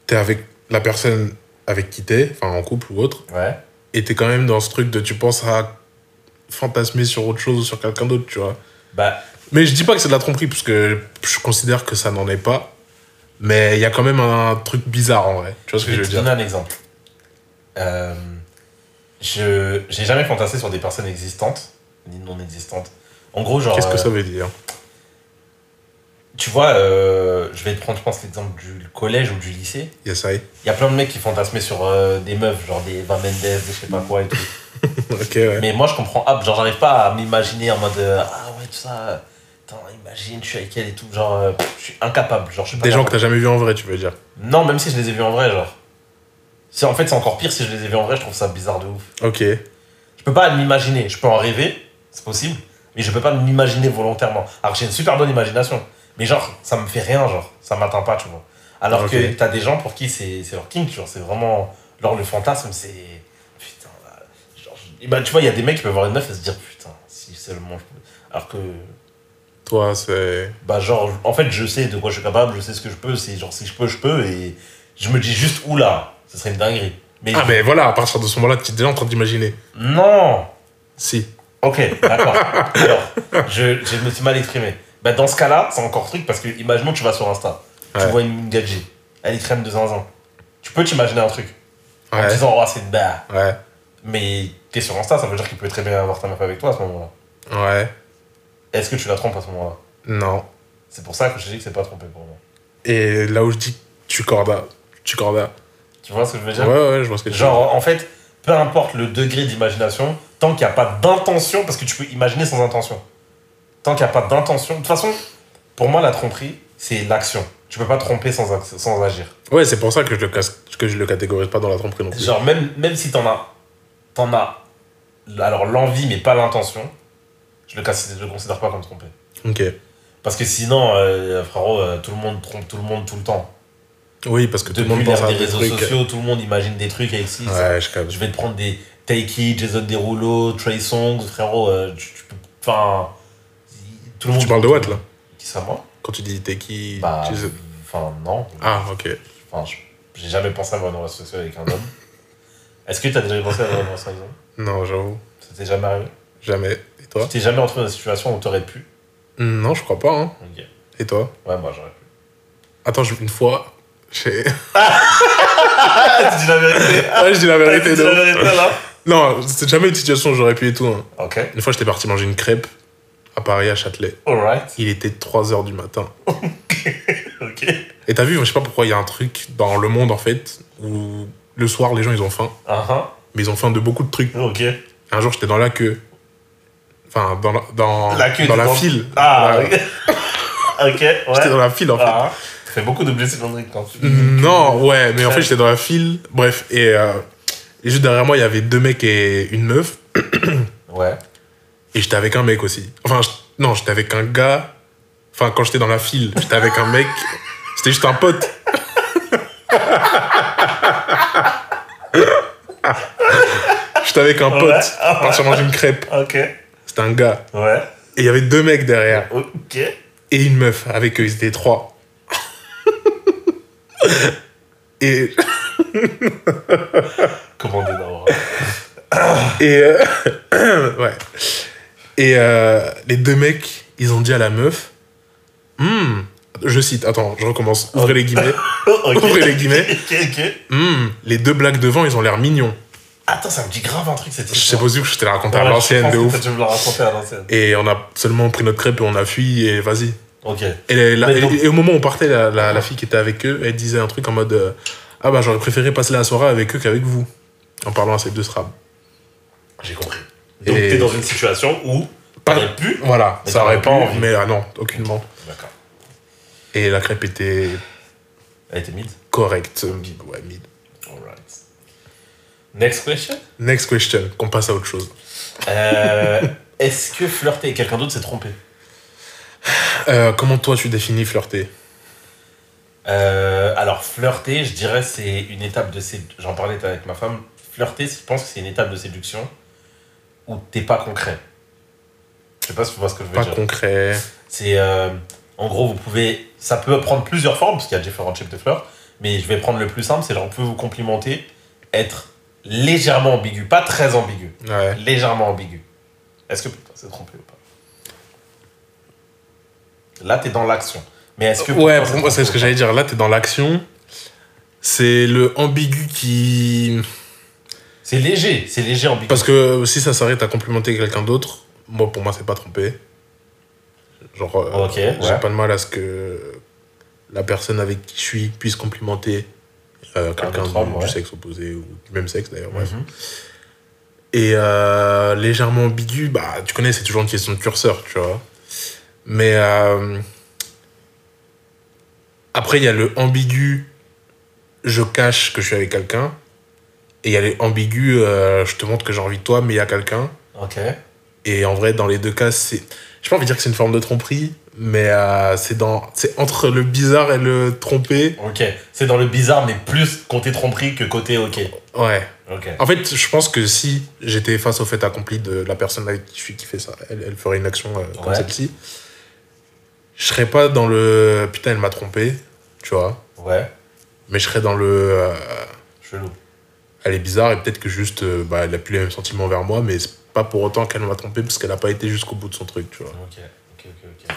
S2: T'es avec la personne avec qui t'es, enfin en couple ou autre.
S3: Ouais.
S2: et t'es quand même dans ce truc de tu penses à fantasmer sur autre chose ou sur quelqu'un d'autre, tu vois.
S3: Bah,
S2: Mais je dis pas que c'est de la tromperie, parce que je considère que ça n'en est pas. Mais il y a quand même un truc bizarre en vrai. Tu vois ce
S3: Je
S2: que je
S3: vais
S2: veux
S3: te
S2: dire
S3: donner un exemple. Euh, je j'ai jamais fantasé sur des personnes existantes ni non existantes. En gros, genre,
S2: Qu'est-ce que ça
S3: euh,
S2: veut dire
S3: tu vois, euh, je vais te prendre, je pense, l'exemple du collège ou du lycée.
S2: Yes, I. *laughs*
S3: Il y a plein de mecs qui fantasmaient sur euh, des meufs, genre des Van Mendes, des je sais pas quoi et tout.
S2: ok, ouais.
S3: Mais moi, je comprends App. Genre, j'arrive pas à m'imaginer en mode euh, Ah ouais, tout ça. euh, Putain, imagine, je suis avec elle et tout. Genre, euh, je suis incapable. Genre, je suis pas
S2: Des gens que
S3: capable.
S2: t'as jamais vus en vrai, tu veux dire.
S3: Non, même si je les ai vus en vrai, genre. C'est, en fait, c'est encore pire si je les ai vus en vrai, je trouve ça bizarre de ouf.
S2: Ok.
S3: Je peux pas m'imaginer. Je peux en rêver, c'est possible. Mais je peux pas m'imaginer volontairement. Alors, que j'ai une super bonne imagination. Mais genre, ça me fait rien, genre. Ça m'atteint pas, tu vois. Alors
S2: Ok.
S3: que t'as des gens pour qui c'est, c'est leur king, genre. C'est vraiment. Genre, le fantasme, c'est. Putain. là, Genre, je- bah, tu vois, il y a des mecs qui peuvent voir une meuf et se dire, putain, si seulement je pouvais. Alors que.
S2: Toi, c'est.
S3: Bah, genre, en fait, je sais de quoi je suis capable, je sais ce que je peux. C'est genre, si je peux, je peux. Et je me dis juste, oula, ce serait une dinguerie. Mais.
S2: Ah, ben voilà, à partir de ce moment-là, tu es déjà en train d'imaginer.
S3: Non!
S2: Si.
S3: Ok, d'accord. Alors, je, je me suis mal exprimé. Bah, dans ce cas-là, c'est encore truc parce que, imaginons, que tu vas sur Insta, tu
S2: Ouais.
S3: vois une gadget, elle est crème de zinzin. Tu peux t'imaginer un truc en
S2: Ouais.
S3: disant, oh, c'est une barre.
S2: Ouais.
S3: Mais t'es sur Insta, ça veut dire qu'il peut très bien avoir ta meuf avec toi à ce moment-là.
S2: Ouais.
S3: Est-ce que tu la trompes à ce moment-là
S2: Non.
S3: C'est pour ça que je dis que c'est pas trompé pour moi.
S2: Et là où je dis tu corda, tu corda.
S3: Tu vois ce que je veux
S2: Ouais,
S3: dire
S2: ouais, je vois ce que tu veux dire.
S3: Genre, en fait, peu importe le degré d'imagination, tant qu'il n'y a pas d'intention, parce que tu peux imaginer sans intention. Tant qu'il n'y a pas d'intention. De toute façon, pour moi, la tromperie, c'est l'action. Tu peux pas tromper sans, ac- sans agir.
S2: Ouais, c'est pour ça que je le casse- que je le catégorise pas dans la tromperie non plus.
S3: Genre, même, même si t'en as, t'en as alors l'envie, mais pas l'intention, je le, casse- je le considère pas comme trompé.
S2: Ok.
S3: Parce que sinon, euh, frérot, euh, tout le monde trompe tout le monde tout le temps.
S2: Oui, parce que tout le
S3: Depuis
S2: monde pense
S3: l'ère
S2: à
S3: des
S2: des
S3: réseaux
S2: trucs.
S3: sociaux, tout le monde imagine des trucs avec ci, ça,
S2: Ouais, je capte.
S3: Je vais te prendre des Taiki, Jason Derulo, Trey Songz, frérot. euh, tu, tu peux. Enfin. Tout le monde.
S2: Tu parles de what là
S3: Qui ça, moi
S2: Quand tu dis t'es qui
S3: Bah.
S2: tu sais-
S3: Enfin, non.
S2: Ah, ok.
S3: Enfin, je- j'ai jamais pensé à avoir une relation sexuelle avec un
S2: *laughs*
S3: homme. Est-ce que t'as déjà pensé à avoir une relation avec un homme
S2: Non, j'avoue.
S3: Ça t'est jamais arrivé
S2: Jamais. Et toi
S3: Tu t'es jamais retrouvé dans une situation où t'aurais pu
S2: Non, je crois pas. Hein.
S3: Ok.
S2: Et toi
S3: Ouais, moi j'aurais
S2: *laughs*
S3: pu.
S2: Attends, je- une fois. j'ai- *laughs*
S3: Ah, tu dis la *laughs* vérité
S2: ouais, je dis la
S3: Ah,
S2: vérité.
S3: Tu dis la
S2: non.
S3: vérité là
S2: non, c'est jamais une situation où j'aurais pu et tout. hein.
S3: Ok.
S2: Une fois, j'étais parti manger une crêpe à Paris, à Châtelet.
S3: Alright.
S2: Il était 3h du matin.
S3: Ok.
S2: Et t'as vu, je sais pas pourquoi, il y a un truc dans le monde, en fait, où le soir, les gens, ils ont faim.
S3: Ah
S2: Mais ils ont faim de beaucoup de trucs.
S3: ah. Ok.
S2: Un jour, j'étais dans la queue. Enfin, dans la, dans,
S3: La queue
S2: dans
S3: du
S2: la
S3: banc-
S2: file.
S3: Ah
S2: Voilà.
S3: ok. *laughs* Ok,
S2: J'étais
S3: ouais.
S2: dans la file, en fait.
S3: Ah. Tu fais beaucoup d'objets Landry quand tu.
S2: Non, ouais, mais en fait,
S3: Crève.
S2: j'étais dans la file. Bref, et, euh, et juste derrière moi, il y avait deux mecs et une meuf.
S3: Ouais.
S2: Et j'étais avec un mec aussi. Enfin, je- non, j'étais avec un gars. Enfin, quand j'étais dans la file, j'étais avec un mec. C'était juste un pote. j'étais avec un pote.
S3: Ouais,
S2: On partir manger une crêpe.
S3: Ok.
S2: C'était un gars.
S3: Ouais.
S2: Et il y avait deux mecs derrière.
S3: Ok.
S2: Et une meuf avec eux. Ils étaient trois. et.
S3: Commandé
S2: *laughs*
S3: d'avoir.
S2: Et euh, *coughs* ouais. Et euh, les deux mecs, ils ont dit à la meuf, Hmm. je cite, attends, je recommence, ouvrez
S3: *laughs*
S2: les guillemets,
S3: Oh, ok.
S2: ouvrez les guillemets,
S3: *laughs* Ok, ok.
S2: Hmm. les deux blagues devant, ils ont l'air mignons.
S3: Attends, ça me dit grave un truc cette
S2: Je sais
S3: histoire.
S2: pas si je te la raconté
S3: Ouais,
S2: à
S3: je
S2: l'ancienne,
S3: pense
S2: de
S3: que
S2: ouf.
S3: Tu veux me la raconter à l'ancienne.
S2: Et on a seulement pris notre crêpe et on a fui et vas-y.
S3: Ok.
S2: Et, la-
S3: Mais donc-
S2: et- et au moment où on partait, la, la- la fille qui était avec eux, elle disait un truc en mode, euh, ah bah j'aurais préféré passer la soirée avec eux qu'avec vous, en parlant à ces deux strabes.
S3: J'ai compris. Donc
S2: Et-
S3: t'es dans une situation où
S2: Pas-
S3: t'aurais pu.
S2: Voilà,
S3: Mais
S2: ça
S3: t'aurais
S2: aurait pu,
S3: pas envie.
S2: mais ah non, aucunement.
S3: D'accord.
S2: Et la crêpe était
S3: Elle était mid.
S2: correcte. mid, ouais, mid.
S3: Alright. Next question.
S2: Next question, qu'on passe à autre chose. *laughs*
S3: Euh, Est-ce que flirter avec quelqu'un d'autre c'est tromper
S2: Euh, comment toi tu définis flirter
S3: Euh, alors, flirter, je dirais, c'est une étape de séduction. J'en parlais avec ma femme. Flirter, je pense que c'est une étape de séduction où t'es pas concret. Je sais pas si tu vois ce que je veux
S2: Pas
S3: dire.
S2: concret.
S3: C'est. euh, en gros, vous pouvez. Ça peut prendre plusieurs formes, parce qu'il y a différents types de fleurs. Mais je vais prendre le plus simple c'est genre, vous pouvez vous complimenter, être légèrement ambigu, pas très ambigu,
S2: Ouais.
S3: légèrement ambigu. Est-ce que putain, c'est trompé ou pas Là, t'es dans l'action. Mais est-ce que.
S2: ouais,
S3: toi,
S2: pour moi c'est
S3: trompé
S2: ce que
S3: ou pas
S2: j'allais dire. Là t'es dans l'action. C'est le ambigu qui.
S3: C'est léger, c'est léger ambigu.
S2: Parce que si ça s'arrête à complimenter quelqu'un d'autre, moi pour moi c'est pas trompé. Genre, euh,
S3: Ok,
S2: j'ai
S3: ouais.
S2: pas de mal à ce que la personne avec qui je suis puisse complimenter euh, quelqu'un
S3: autre
S2: du,
S3: homme,
S2: du
S3: ouais. Mhm.
S2: sexe opposé ou du même sexe d'ailleurs. bref. Et euh, légèrement ambigu, bah, tu connais, c'est toujours une question de curseur, tu vois. Mais euh, après, il y a le ambigu, je cache que je suis avec quelqu'un. Et il y a les ambigu, euh, je te montre que j'ai envie de toi, mais il y a quelqu'un.
S3: Ok.
S2: Et en vrai, dans les deux cas, c'est. J'ai pas envie de dire que c'est une forme de tromperie, mais euh, c'est dans... c'est entre le bizarre et le trompé.
S3: Ok. C'est dans le bizarre, mais plus côté tromperie que côté ok.
S2: Ouais.
S3: Ok.
S2: En fait, je pense que si j'étais face au fait accompli de la personne avec qui je suis qui fait ça, elle, elle ferait une action euh, comme
S3: Ouais.
S2: celle-ci. Je serais pas dans le putain, elle m'a trompé, tu vois.
S3: Ouais.
S2: Mais je serais dans le euh,
S3: Chelou.
S2: elle est bizarre et peut-être que juste euh, bah, elle a plus les mêmes sentiments vers moi, mais c'est pas pour autant qu'elle m'a trompé parce qu'elle a pas été jusqu'au bout de son truc, tu vois.
S3: Ok. Ok, ok, ok.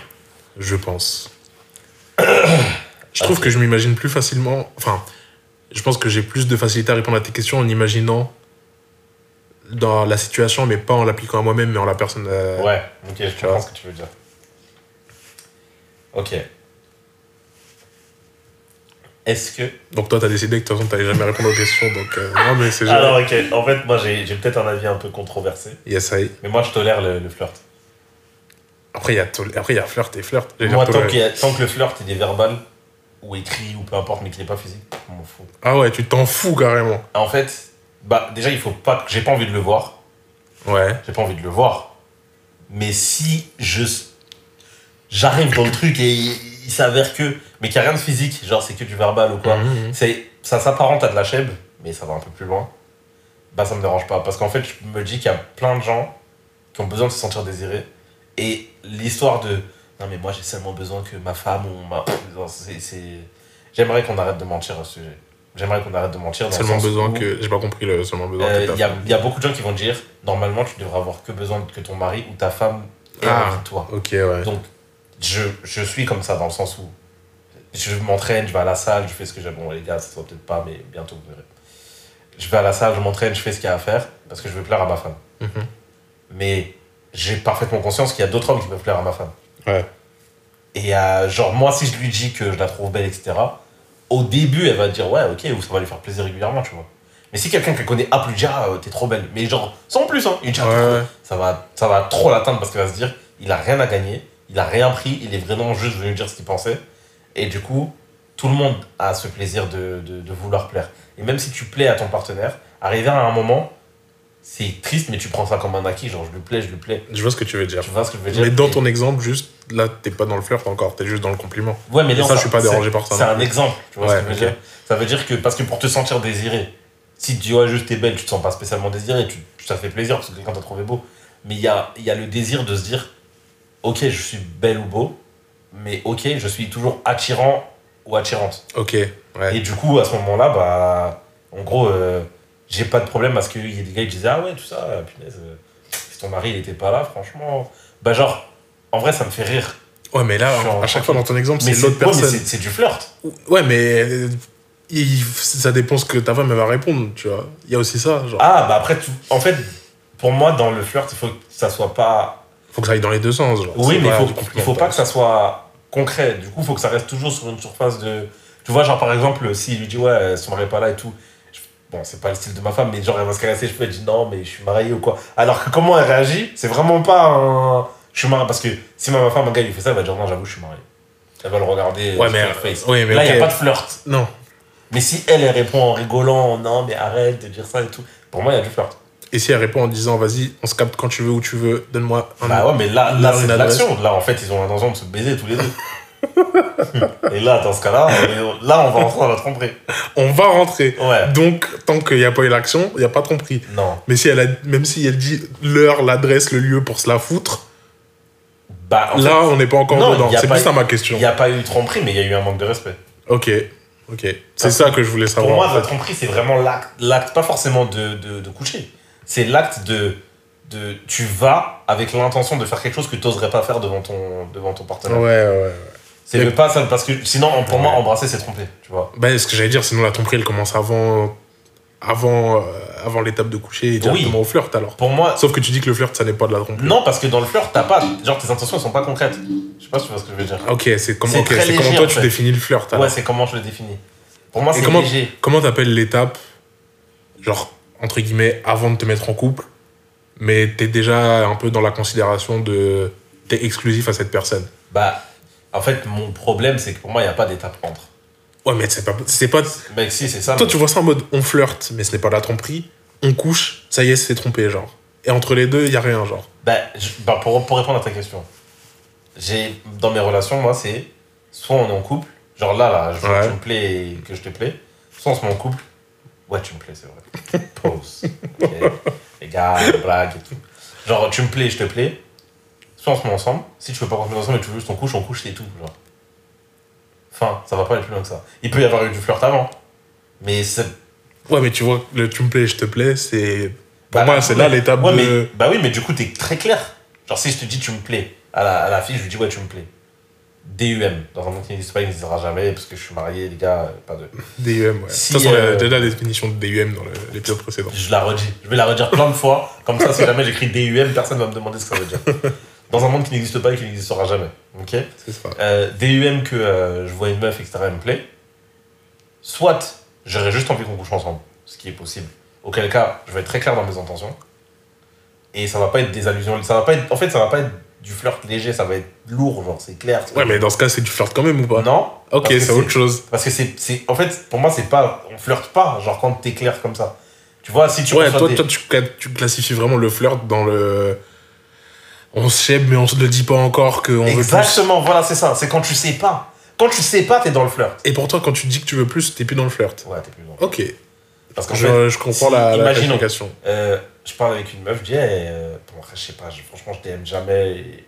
S2: Je pense. *clears throat* je trouve
S3: Ah,
S2: que je m'imagine plus facilement. Enfin, je pense que j'ai plus de facilité à répondre à tes questions en imaginant dans la situation, mais pas en l'appliquant à moi-même, mais en la personne. euh,
S3: Ouais. Ok, je
S2: vois.
S3: comprends ce que tu veux dire. Ok. Est-ce que.
S2: Donc toi, t'as décidé que de toute façon, t'allais jamais répondre aux questions, donc euh, non, mais c'est
S3: Alors, ok. En fait, moi, j'ai j'ai peut-être un avis un peu controversé.
S2: Yes, I.
S3: Mais moi, je tolère le, le flirt.
S2: Après, il y a tol- après, il y a flirt et flirt. J'allais
S3: Moi,
S2: dire
S3: tant,
S2: tolérer.
S3: qu'il y a- tant que le flirt il est verbal ou écrit ou peu importe, mais qu'il n'est pas physique, je m'en fous.
S2: Ah ouais, tu t'en fous carrément.
S3: En fait, bah, déjà, il faut pas. que- J'ai pas envie de le voir.
S2: Ouais.
S3: J'ai pas envie de le voir. Mais si je. J'arrive dans le truc et il, il s'avère que. Mais qu'il n'y a rien de physique, genre c'est que du verbal ou quoi.
S2: Mhm.
S3: C'est Ça s'apparente à de la chèvre, mais ça va un peu plus loin. Bah, ça me dérange pas. Parce qu'en fait, je me dis qu'il y a plein de gens qui ont besoin de se sentir désirés. Et l'histoire de. Non, mais moi, j'ai seulement besoin que ma femme ou ma. non, c'est- c'est- J'aimerais qu'on arrête de mentir à ce sujet. J'aimerais qu'on arrête de mentir. dans le
S2: Seulement
S3: sens
S2: besoin
S3: où,
S2: que. J'ai pas compris le seulement besoin
S3: euh,
S2: que t'as
S3: Il y, a,
S2: fait.
S3: il y a beaucoup de gens qui vont dire normalement, tu devrais avoir que besoin que ton mari ou ta femme ait
S2: Ah.
S3: envie de toi.
S2: Ok, ouais.
S3: Donc, je, je suis comme ça dans le sens où je m'entraîne, je vais à la salle, je fais ce que j'ai. Bon, les gars, ça se voit peut-être pas, mais bientôt vous verrez. Je vais à la salle, je m'entraîne, je fais ce qu'il y a à faire parce que je veux plaire à ma femme.
S2: Mhm.
S3: Mais j'ai parfaitement conscience qu'il y a d'autres hommes qui peuvent plaire à ma femme.
S2: Ouais.
S3: Et euh, genre, moi, si je lui dis que je la trouve belle, etc., au début, elle va dire ouais, ok, ou ça va lui faire plaisir régulièrement, tu vois. Mais si quelqu'un qu'elle connaît A plus dit ah, euh, t'es trop belle, mais genre, sans plus, hein, il dit ah, t'es
S2: Ouais,
S3: trop
S2: ouais.
S3: belle. ça va, ça va trop l'atteindre parce qu'elle va se dire il a rien à gagner, il a rien pris, il est vraiment juste venu dire ce qu'il pensait. Et du coup, tout le monde a ce plaisir de, de, de vouloir plaire. Et même si tu plais à ton partenaire, arriver à un moment, c'est triste, mais tu prends ça comme un acquis, genre je lui plais, je lui plais.
S2: Je vois ce que tu veux dire.
S3: Tu vois ce que je veux dire
S2: Mais dans
S3: Et-
S2: ton exemple, juste là, t'es pas dans le flirt encore, t'es juste dans le compliment.
S3: Ouais, mais
S2: Et
S3: non,
S2: ça, je suis pas
S3: c'est-
S2: dérangé par ça,
S3: C'est
S2: non
S3: un exemple, tu vois
S2: Ouais,
S3: ce que je veux
S2: ok.
S3: dire. Ça veut dire que, parce que pour te sentir désiré, si tu dis, ouais, juste t'es belle, tu te sens pas spécialement désiré, tu, ça fait plaisir parce que quelqu'un t'a trouvé beau. Mais il y a, il y a le désir de se dire, ok, je suis belle ou beau, mais ok, je suis toujours attirant ou attirante.
S2: Ok, ouais.
S3: Et du coup, à ce moment-là, bah, en gros, euh, j'ai pas de problème parce qu'il y a des gars qui disaient, ah ouais, tout ça, euh, punaise, euh, si ton mari il était pas là, franchement. Bah, genre, en vrai, ça me fait rire.
S2: Ouais, mais là,
S3: Genre,
S2: à chaque fois dans ton exemple,
S3: Mais
S2: c'est l'autre
S3: ouais, mais
S2: personne.
S3: c'est- c'est du flirt.
S2: Ouais, mais euh, il- ça dépend ce que ta femme elle va répondre, tu vois. Il y a aussi ça, genre.
S3: Ah, bah après, tout... en fait, pour moi, dans le flirt, il faut que ça soit pas.
S2: Faut que ça aille dans les deux sens, genre.
S3: Oui,
S2: C'est
S3: mais
S2: pas
S3: il
S2: du
S3: faut,
S2: compliment,
S3: il faut pas
S2: t'as-
S3: que ça soit concret. Du coup, il faut que ça reste toujours sur une surface de. Tu vois, genre par exemple, s'il lui dit, ouais, euh, son mari est pas là et tout. je- Bon, c'est pas le style de ma femme, mais genre, elle va se caresser les cheveux, elle dit non, mais je suis mariée ou quoi. Alors que comment elle réagit, c'est vraiment pas un. Je suis mariée parce que si ma femme, un gars, il fait ça, elle va dire non, j'avoue, je suis mariée. Elle va le regarder. euh,
S2: Ouais,
S3: sur
S2: mais.
S3: le face.
S2: ouais, mais
S3: Là, il
S2: ok.
S3: n'y a pas de flirt.
S2: Non.
S3: Mais si elle, elle répond en rigolant, non, mais arrête de dire ça et tout. Pour moi, il y a du flirt.
S2: Et si elle répond en disant, vas-y, on se capte quand tu veux, où tu veux, donne-moi un.
S3: Bah ouais, mais là,
S2: Là,
S3: là
S2: on
S3: c'est de
S2: adresse.
S3: l'action. Là, en fait, ils ont l'intention de se baiser tous les deux. *laughs* Et là, dans ce cas-là, on est- là, on va rentrer dans la tromperie.
S2: On va rentrer.
S3: Ouais.
S2: Donc, tant qu'il n'y a pas eu l'action, il n'y a pas de tromperie.
S3: Non.
S2: Mais si elle a, même si elle dit l'heure, l'adresse, le lieu pour se la foutre,
S3: Bah, en
S2: là, on n'est pas encore
S3: non,
S2: dedans.
S3: il y a
S2: C'est
S3: pas
S2: plus ça
S3: eu-
S2: ma
S3: fait,
S2: question.
S3: il n'y a pas eu de tromperie, mais il y a eu un manque de respect.
S2: Ok, ok. C'est
S3: Parce
S2: ça que je voulais savoir.
S3: Pour moi,
S2: en
S3: la
S2: fait.
S3: tromperie, c'est vraiment l'acte, l'acte, pas forcément de, de, de coucher. C'est l'acte de, de. Tu vas avec l'intention de faire quelque chose que tu n'oserais pas faire devant ton, devant ton
S2: Ouais,
S3: partenaire.
S2: ouais, ouais.
S3: C'est le pas ça, parce que sinon, pour moi, embrasser, c'est tromper, tu vois.
S2: Bah, ce que j'allais dire, sinon la tromperie, elle commence avant, avant, euh, avant l'étape de coucher et directement au flirt alors.
S3: Pour moi,
S2: Sauf que tu dis que le flirt, ça n'est pas de la tromperie.
S3: non, parce que dans le flirt, t'as pas. Genre, tes intentions, elles sont pas concrètes. Je sais pas si tu vois ce que je veux dire.
S2: Ok, c'est comment,
S3: C'est
S2: ok,
S3: très
S2: c'est comment
S3: léger,
S2: toi
S3: en
S2: tu
S3: fait.
S2: définis le flirt alors.
S3: Ouais, c'est comment je le définis. Pour moi,
S2: Et
S3: c'est
S2: comment-
S3: léger.
S2: Comment t'appelles l'étape, genre, entre guillemets, avant de te mettre en couple mais t'es déjà un peu dans la considération de. T'es exclusif à cette personne.
S3: Bah, en fait, mon problème, c'est que pour moi, il n'y a pas d'étape entre.
S2: Ouais, mais c'est pas. C'est pas
S3: Mec, si, c'est ça.
S2: toi,
S3: mais-
S2: tu vois ça en mode on flirte, mais ce n'est pas de la tromperie. On couche, ça y est, c'est trompé, genre. Et entre les deux, il y a rien, genre.
S3: Bah, je- bah, pour, pour répondre à ta question, j'ai dans mes relations, moi, c'est soit on est en couple, genre là, là, je veux
S2: Ouais.
S3: que tu me plais et que je te plais, soit on se met en couple, ouais, tu me plais, c'est vrai. *laughs* Pause. Ok. Les gars, les blagues et tout. Genre, tu me plais, je te plais, soit on se met ensemble, si tu veux pas qu'on se mette ensemble et tu veux juste on couche, on couche, c'est tout. Genre. Enfin, ça va pas aller plus loin que ça. Il peut y avoir eu du flirt avant, mais c'est
S2: Ouais, mais tu vois, le tu me plais, je te plais, c'est. Pour
S3: Bah,
S2: moi, c'est
S3: ouais.
S2: là l'étape
S3: Ouais,
S2: de.
S3: mais- bah oui, mais du coup, t'es très clair. Genre, si je te dis tu me plais à la, à la fille, je lui dis ouais, tu me plais. DUM, dans un monde qui n'existe pas, il n'existera jamais parce que je suis marié, les gars, euh, pas de.
S2: DUM, ouais.
S3: Si,
S2: de toute façon,
S3: euh,
S2: on a déjà la définition de DUM dans le- l'épisode précédent.
S3: Je la redis. Je vais la redire plein de fois. Comme ça, si jamais j'écris DUM, personne va me demander ce que ça veut dire. Dans un monde qui n'existe pas et qui n'existera jamais. Ok
S2: C'est ça.
S3: Euh, DUM que euh, je vois une meuf, etc., elle me plaît. Soit j'aurais juste envie qu'on couche ensemble, ce qui est possible. Auquel cas, je vais être très clair dans mes intentions. Et ça va pas être des allusions. Ça va pas être, en fait, ça va pas être du flirt léger, ça va être lourd, genre, c'est clair.
S2: Ouais, mais dans ce cas, c'est du flirt quand même ou pas
S3: Non
S2: Ok,
S3: parce que
S2: c'est autre chose.
S3: Parce que c'est. c'est- En fait, pour moi, c'est pas. On flirte pas, genre, quand t'es clair comme ça. Tu vois, si tu
S2: ouais,
S3: reçois
S2: toi,
S3: des-
S2: toi tu, ca- tu classifies vraiment le flirt dans le. On se chèbe, mais on se le dit pas encore qu'on veut plus.
S3: Exactement, voilà, c'est ça. C'est quand tu sais pas. Quand tu sais pas, t'es dans le flirt.
S2: Et pour toi, quand tu dis que tu veux plus, t'es plus dans le flirt.
S3: Ouais, t'es plus dans.
S2: Ok,
S3: Parce qu'en
S2: Oh, je,
S3: fait,
S2: je comprends
S3: si,
S2: la, la
S3: imaginons.
S2: classification.
S3: Euh, je parle avec une meuf, je dis, Hey, euh, bon, après, je sais pas, je- franchement, je DM jamais. et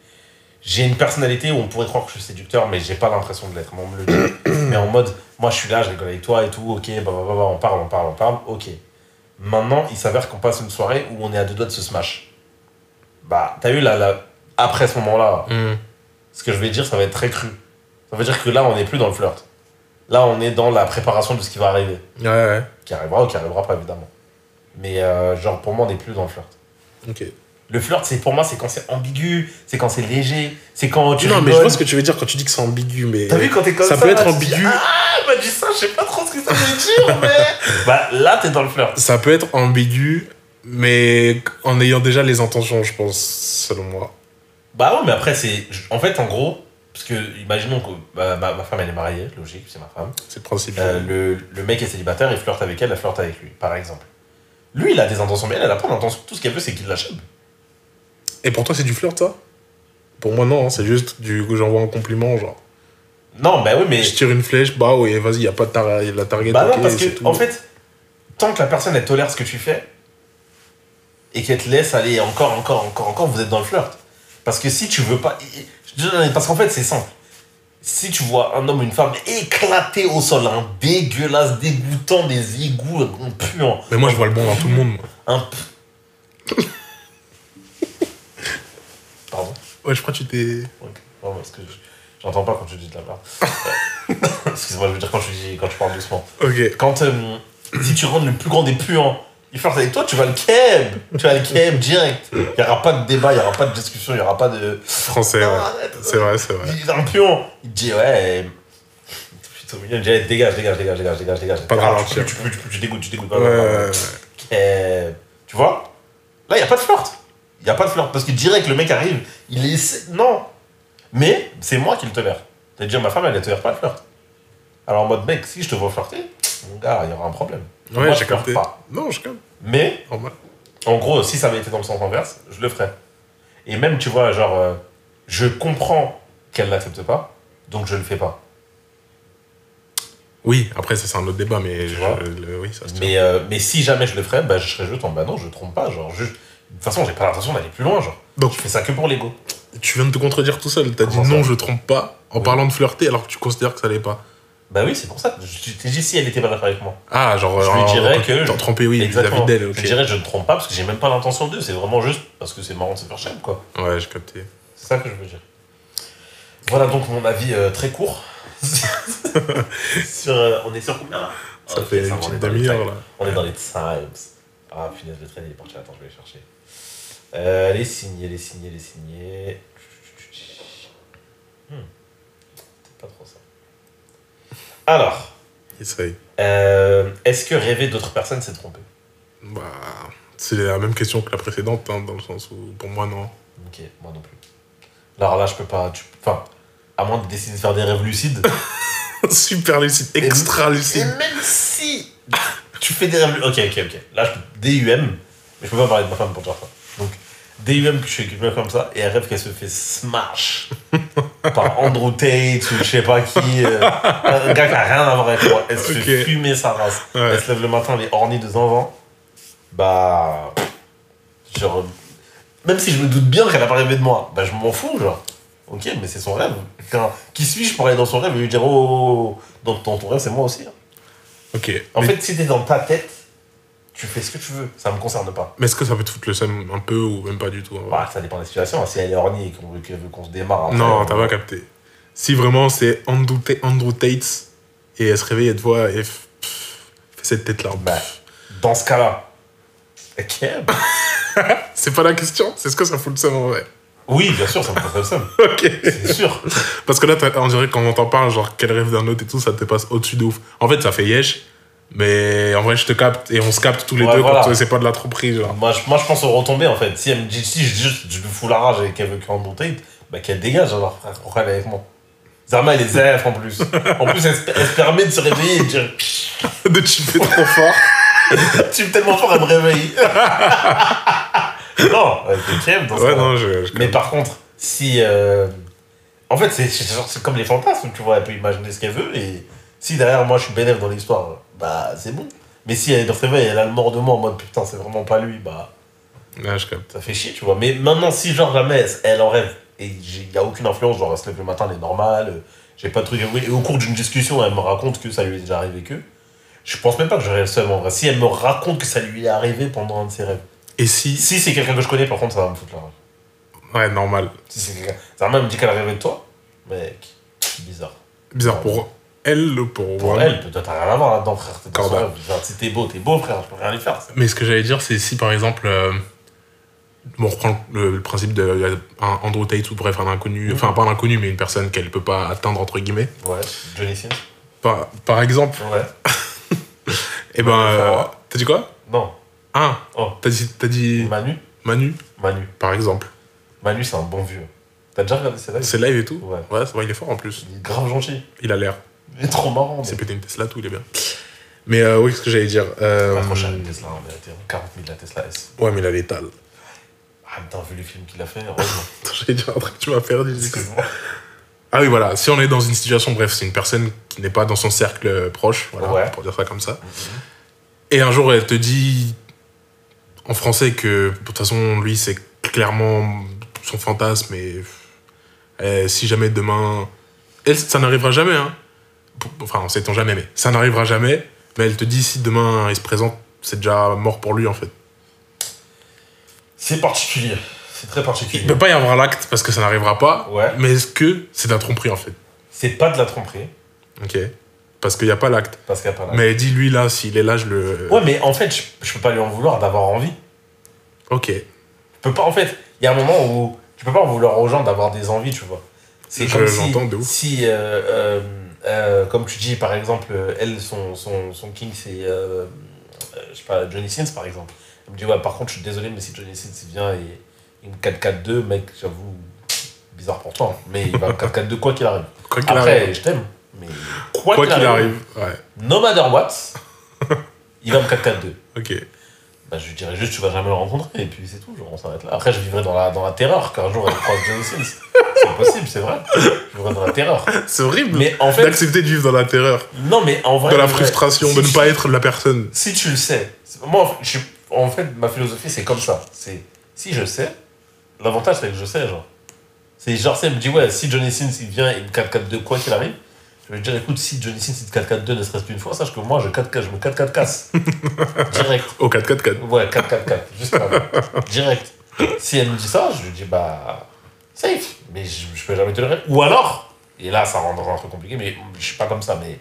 S3: J'ai une personnalité où on pourrait croire que je suis séducteur, mais j'ai pas l'impression de l'être. mais On me le dit. mais en mode, moi, je suis là, je rigole avec toi et tout, ok, bah, bah, bah, bah, on parle, on parle, on parle, ok. Maintenant, il s'avère qu'on passe une soirée où on est à deux doigts de se smash. Bah, t'as eu là, là après ce moment-là,
S2: Hmm.
S3: ce que je vais dire, ça va être très cru. Ça veut dire que là, on n'est plus dans le flirt. Là, on est dans la préparation de ce qui va arriver
S2: Ouais, ouais,
S3: qui arrivera ou qui arrivera pas évidemment. Mais euh, genre pour moi on n'est plus dans le flirt.
S2: ok.
S3: Le flirt c'est pour moi c'est quand c'est ambigu, c'est quand c'est léger, c'est quand tu
S2: non, mais je
S3: rigoles.
S2: vois ce que tu veux dire quand tu dis que c'est ambigu, mais.
S3: T'as vu quand t'es comme ça
S2: ça peut être
S3: là, tu dis,
S2: ambigu.
S3: Ah m'a dit ça, je sais pas trop ce que ça veut
S2: *laughs*
S3: dire mais bah là t'es dans le flirt.
S2: Ça peut être ambigu, mais en ayant déjà les intentions, je pense, selon moi.
S3: Bah ouais mais après c'est en fait en gros parce que imaginons que bah, ma, ma femme elle est mariée, logique, c'est ma femme.
S2: C'est le principe.
S3: Euh, le, le mec est célibataire, il flirte avec elle, elle flirte avec lui par exemple. Lui il a des intentions mais elle elle a pas d'intention, tout ce qu'elle veut c'est qu'il l'achève.
S2: Et pour toi, c'est du flirt, ça Pour moi, non, hein, c'est juste du j'envoie un compliment, genre.
S3: Non bah oui mais
S2: Je tire une flèche, bah ouais, vas-y, y a pas de tar- y a de la target.
S3: Bah
S2: ok,
S3: non, parce
S2: c'est
S3: que,
S2: tout.
S3: en fait, tant que la personne, elle tolère ce que tu fais, et qu'elle te laisse aller encore, encore, encore, encore, vous êtes dans le flirt. Parce que si tu veux pas. je te donne- Parce qu'en fait, c'est simple. Si tu vois un homme, une femme éclaté au sol, un dégueulasse, dégoûtant, des égouts, un puant,
S2: Mais moi, je vois le bon dans tout le monde. Moi.
S3: un. p- Pardon
S2: Ouais, je crois que tu t'es.
S3: Ok. Non, parce que je- j'entends pas quand tu dis de la merde. *laughs* Excuse-moi, je veux dire quand, je dis, quand tu parles doucement.
S2: Ok.
S3: Quand euh, si tu rentres le plus grand des puants, il flirte avec toi, tu vas le keb. Tu vas le keb direct. Il n'y aura pas de débat, il n'y aura pas de discussion, il n'y aura pas de.
S2: Français,
S3: Non,
S2: ouais.
S3: arrête.
S2: C'est vrai, c'est vrai.
S3: Il est un puant. Il te dit ouais. t'es plutôt mignon. Il dit ouais, dégage, dégage, dégage, dégage, dégage, dégage.
S2: Pas de
S3: Ah, tu
S2: ralentir.
S3: peux, Tu, peux, tu, peux, tu dégoûtes, tu dégoûtes.
S2: Ouais, ouais, ouais.
S3: Keb. Tu vois Là, il n'y a pas de flirt. Il n'y a pas de flirt. Parce que direct, le mec arrive, il essaie. Non Mais c'est moi qui le tolère. C'est-à-dire, ma femme, elle ne tolère pas le flirt. Alors en mode, mec, si je te vois flirter, mon gars, il y aura un problème.
S2: Ouais,
S3: Moi, je
S2: j'ai
S3: pleure
S2: capté.
S3: pas.
S2: Non, je capte.
S3: Mais,
S2: Normal.
S3: en gros, si ça avait été dans le sens inverse, je le ferais. Et même, tu vois, genre, euh, je comprends qu'elle l'accepte pas, donc je le fais pas.
S2: Oui, après, ça, c'est un autre débat, mais.
S3: Tu
S2: je-
S3: vois
S2: le- Oui, ça se tient.
S3: Mais, euh, mais si jamais je le ferais, bah, je serais juste en, bah non, je trompe pas, genre, juste. De toute façon, j'ai pas l'intention d'aller plus loin, genre.
S2: Donc,
S3: Je fais ça que pour l'ego.
S2: tu viens de te contredire tout seul. T'as dit
S3: Comment Ah, ça
S2: non, je trompe pas en
S3: Oui.
S2: parlant de flirter alors que tu considères que ça l'est pas.
S3: Bah oui, c'est pour ça. que Je t'ai dit si elle était pas d'accord avec moi.
S2: Ah, genre.
S3: Je lui
S2: euh,
S3: dirais
S2: quand
S3: que-
S2: T'en trompé, oui, vis-à-vis d'elle, ok.
S3: Je dirais je ne trompe pas parce que j'ai même pas l'intention d'eux. C'est vraiment juste parce que c'est marrant de se faire chier, quoi.
S2: Ouais, j'ai capté.
S3: C'est ça que je veux dire. Voilà donc mon avis euh, très
S2: *laughs*
S3: court. sur, euh, on est sur combien là
S2: Ça
S3: Ah,
S2: fait
S3: ça,
S2: une
S3: on est
S2: petite
S3: dans les
S2: demi-heure,
S3: times.
S2: là.
S3: On est dans les times. Ah punaise, le train il est parti. Attends, je vais les chercher. Euh, les signer, les signer, les signer. Hmm. C'est pas trop ça. Alors,
S2: Essaye.
S3: euh, est-ce que rêver d'autres personnes, c'est tromper
S2: Bah, C'est la même question que la précédente, hein, dans le sens où, pour moi, non. *laughs*
S3: Ok, moi non plus. Alors là, je peux pas. tu- Enfin, à moins de décider de faire des rêves lucides.
S2: Super lucide, extra
S3: Et
S2: lucide.
S3: même si tu fais des rêves. Ok, ok, ok. Là, je peux... DUM, mais je peux pas parler de ma femme pour dire ça. Donc, DUM que je suis avec une meuf comme ça, et elle rêve qu'elle se fait *laughs* smash par Andrew Tate ou je sais pas qui. euh, un gars qui a rien à voir avec moi. Elle se fait
S2: Ok.
S3: fumer sa race.
S2: Ouais.
S3: Elle se lève le matin, elle est ornie de ans Bah. Genre. Même si je me doute bien qu'elle a pas rêvé de moi, bah je m'en fous, genre. Ok, mais c'est son rêve. Putain, qui suis-je pour aller dans son rêve et lui dire, oh, oh, oh, dans dans ton rêve, c'est moi aussi. hein.
S2: Ok.
S3: En
S2: mais
S3: fait, si t'es dans ta tête, tu fais ce que tu veux. Ça me concerne pas.
S2: mais est-ce que ça peut te foutre le seum un peu ou même pas du tout hein en vrai
S3: Bah, ça dépend des situations. Si elle est ornie et qu'on veut qu'elle veut qu'on se démarre. après, euh,
S2: Non,
S3: on-
S2: t'as pas capté. Si vraiment c'est Andrew, Ta- Andrew Tate et elle se réveille, elle te voit et f- pff, fait cette tête-là.
S3: Bah, dans ce cas-là. Ok. bah,
S2: C'est pas la question, c'est ce que ça fout le seum en vrai.
S3: *laughs* oui, bien sûr, ça me concerne ça.
S2: *laughs* Ok.
S3: C'est sûr.
S2: Parce que là, t'as- on dirait quand on t'en parle, genre quel rêve d'un autre et tout, ça te passe au-dessus de ouf. En fait, ça fait yesh, mais en vrai, je te capte et on se capte tous les
S3: Ouais,
S2: deux
S3: voilà.
S2: quand c'est pas de la tromperie, genre. *laughs*
S3: Moi je, moi, je pense aux retombées en fait. Si elle me dit si je, je, je lui fous la rage et qu'elle veut qu'elle Tate, bah qu'elle dégage alors, frère, pourquoi elle est avec moi Zama, elle est ZF en plus. En plus, elle, se- elle se permet de se réveiller et de dire
S2: de
S3: *laughs*
S2: chipper trop fort.
S3: Tu me tellement fort, elle me réveille. *laughs* non, avec le crème dans ce
S2: Ouais,
S3: cas-là.
S2: non, je. je-
S3: Mais par contre, si. euh, En fait, c'est- c'est genre- c'est comme les fantasmes, tu vois, elle peut imaginer ce qu'elle veut et si derrière moi je suis bénéf dans l'histoire, bah c'est bon. Mais si elle se réveille, elle a le mort de moi en mode putain, c'est vraiment pas lui, bah.
S2: Ouais, je capte.
S3: Ça fait chier, tu vois. Mais maintenant, si genre jamais elle- elle en rêve et il n'y a aucune influence, genre elle se lève le matin, elle est normale, euh, j'ai pas de truc. Et au cours d'une discussion, elle me raconte que ça lui est déjà arrivé que. Je pense même pas que j'aurais le seum en vrai. Si elle me raconte que ça lui est arrivé pendant un de ses rêves.
S2: Et si.
S3: Si c'est quelqu'un que je connais, par contre, ça va me foutre la rage.
S2: Ouais, normal.
S3: Si c'est quelqu'un. Ça m'a même dit qu'elle rêvait de toi. Mec, bizarre.
S2: Bizarre pour elle, pour,
S3: Pour
S2: moi.
S3: elle, peut-être t'as rien à voir là-dedans, frère. T'es dans son
S2: Corda.
S3: rêve. Genre, si t'es beau, t'es beau, frère. Je peux rien lui faire. ça.
S2: Mais ce que j'allais dire, c'est si par exemple. euh, bon, on reprend le, le principe de euh, un Andrew Tate ou bref, un inconnu.
S3: Mhm.
S2: Enfin, pas un inconnu, mais une personne qu'elle peut pas atteindre, entre guillemets.
S3: Ouais, Johnny Sins.
S2: Par, par exemple,
S3: Ouais.
S2: eh ben.
S3: Ouais,
S2: euh,
S3: Farah.
S2: T'as dit quoi
S3: Non.
S2: Ah
S3: Oh.
S2: T'as dit, t'as dit
S3: Manu.
S2: Manu,
S3: Manu.
S2: par exemple.
S3: Manu, c'est un bon vieux. T'as déjà regardé ses lives
S2: C'est live et tout
S3: Ouais.
S2: Ouais, c'est vrai, il est fort en plus.
S3: Il est grave gentil.
S2: Il a l'air.
S3: Il est trop marrant.
S2: C'est
S3: mais-
S2: pété une Tesla, tout, il est bien. Mais euh, oui, ce que j'allais dire. euh,
S3: Pas trop cher une Tesla, hein, en vérité. 40 000 la Tesla S.
S2: ouais, mais il a l'étal. *laughs*
S3: Ah, putain, vu les films qu'il a fait, heureusement.
S2: J'allais dire un truc que tu m'as perdu. du coup.
S3: Excuse-moi.
S2: Ah oui, voilà. Si on est dans une situation, bref, c'est une personne qui n'est pas dans son cercle euh, proche, voilà,
S3: Ouais.
S2: pour dire ça comme ça.
S3: Mhm.
S2: Et un jour, elle te dit en français que, de toute façon, lui, c'est clairement son fantasme et euh, si jamais demain. Elle, ça n'arrivera jamais, hein. P- Enfin, on sait-on jamais, mais ça n'arrivera jamais. Mais elle te dit si demain il se présente, c'est déjà mort pour lui en fait.
S3: C'est particulier. C'est très
S2: Il
S3: particulier.
S2: ne peut pas y avoir l'acte parce que ça n'arrivera pas.
S3: Ouais.
S2: Mais est-ce que c'est de la tromperie en fait
S3: C'est pas de la tromperie,
S2: Ok. Parce qu'il n'y a pas l'acte.
S3: parce qu'il y a pas là.
S2: Mais elle dit lui là, s'il est là, je le.
S3: Ouais, mais en fait, je, je peux pas lui en vouloir d'avoir envie.
S2: Ok.
S3: Je peux pas, en fait, il y a un moment où tu peux pas en vouloir aux gens d'avoir des envies, tu vois. C'est
S2: Je-
S3: comme si,
S2: j'entends de ouf.
S3: si euh, euh, euh, comme tu dis, par exemple, euh, elle, son, son, son king, c'est, euh, euh, je sais pas, Johnny Sins, par exemple. Elle me dit, ouais, par contre, je suis désolé, mais si Johnny Sins, il vient et il me 4-4-2, mec, j'avoue, bizarre pour toi, hein. mais il va me 4-4-2 quoi qu'il arrive.
S2: Quoi qu'il
S3: Après,
S2: arrive.
S3: je t'aime, mais quoi,
S2: Quoi qu'il arrive. Ouais.
S3: no matter what, il va me 4-4-2
S2: Ok.
S3: *laughs* bah, je lui dirais juste tu vas jamais le rencontrer et puis c'est tout, genre on s'arrête là. Après je vivrai dans la, dans la terreur qu'un jour elle croise John Sims. C'est possible, c'est vrai. Je vivrai dans la terreur.
S2: C'est horrible
S3: Mais en fait,
S2: d'accepter de vivre dans la terreur,
S3: non mais en vrai.
S2: dans
S3: en
S2: la
S3: vrai,
S2: frustration,
S3: si
S2: de ne
S3: tu-
S2: pas être la personne.
S3: Si tu le sais, c'est- moi en fait, je, suis- en fait ma philosophie c'est comme ça. C'est si je sais, l'avantage c'est que je sais genre. C'est genre si elle me dit ouais, si Johnny Sins il vient et me 4-4-2 quoi qu'il arrive, je vais lui dire écoute si Johnny Sins il te 4-4-2 ne serait-ce qu'une fois, sache que moi je, 4 je me 4-4
S2: *laughs*
S3: casse. Direct.
S2: Au 4-4-4.
S3: Ouais, 4 4 4 juste avant. Direct. Si elle me dit ça, je lui dis bah safe, mais je, je peux jamais te le ré- Ou alors, et là ça rentre dans un truc compliqué, mais je suis pas comme ça, mais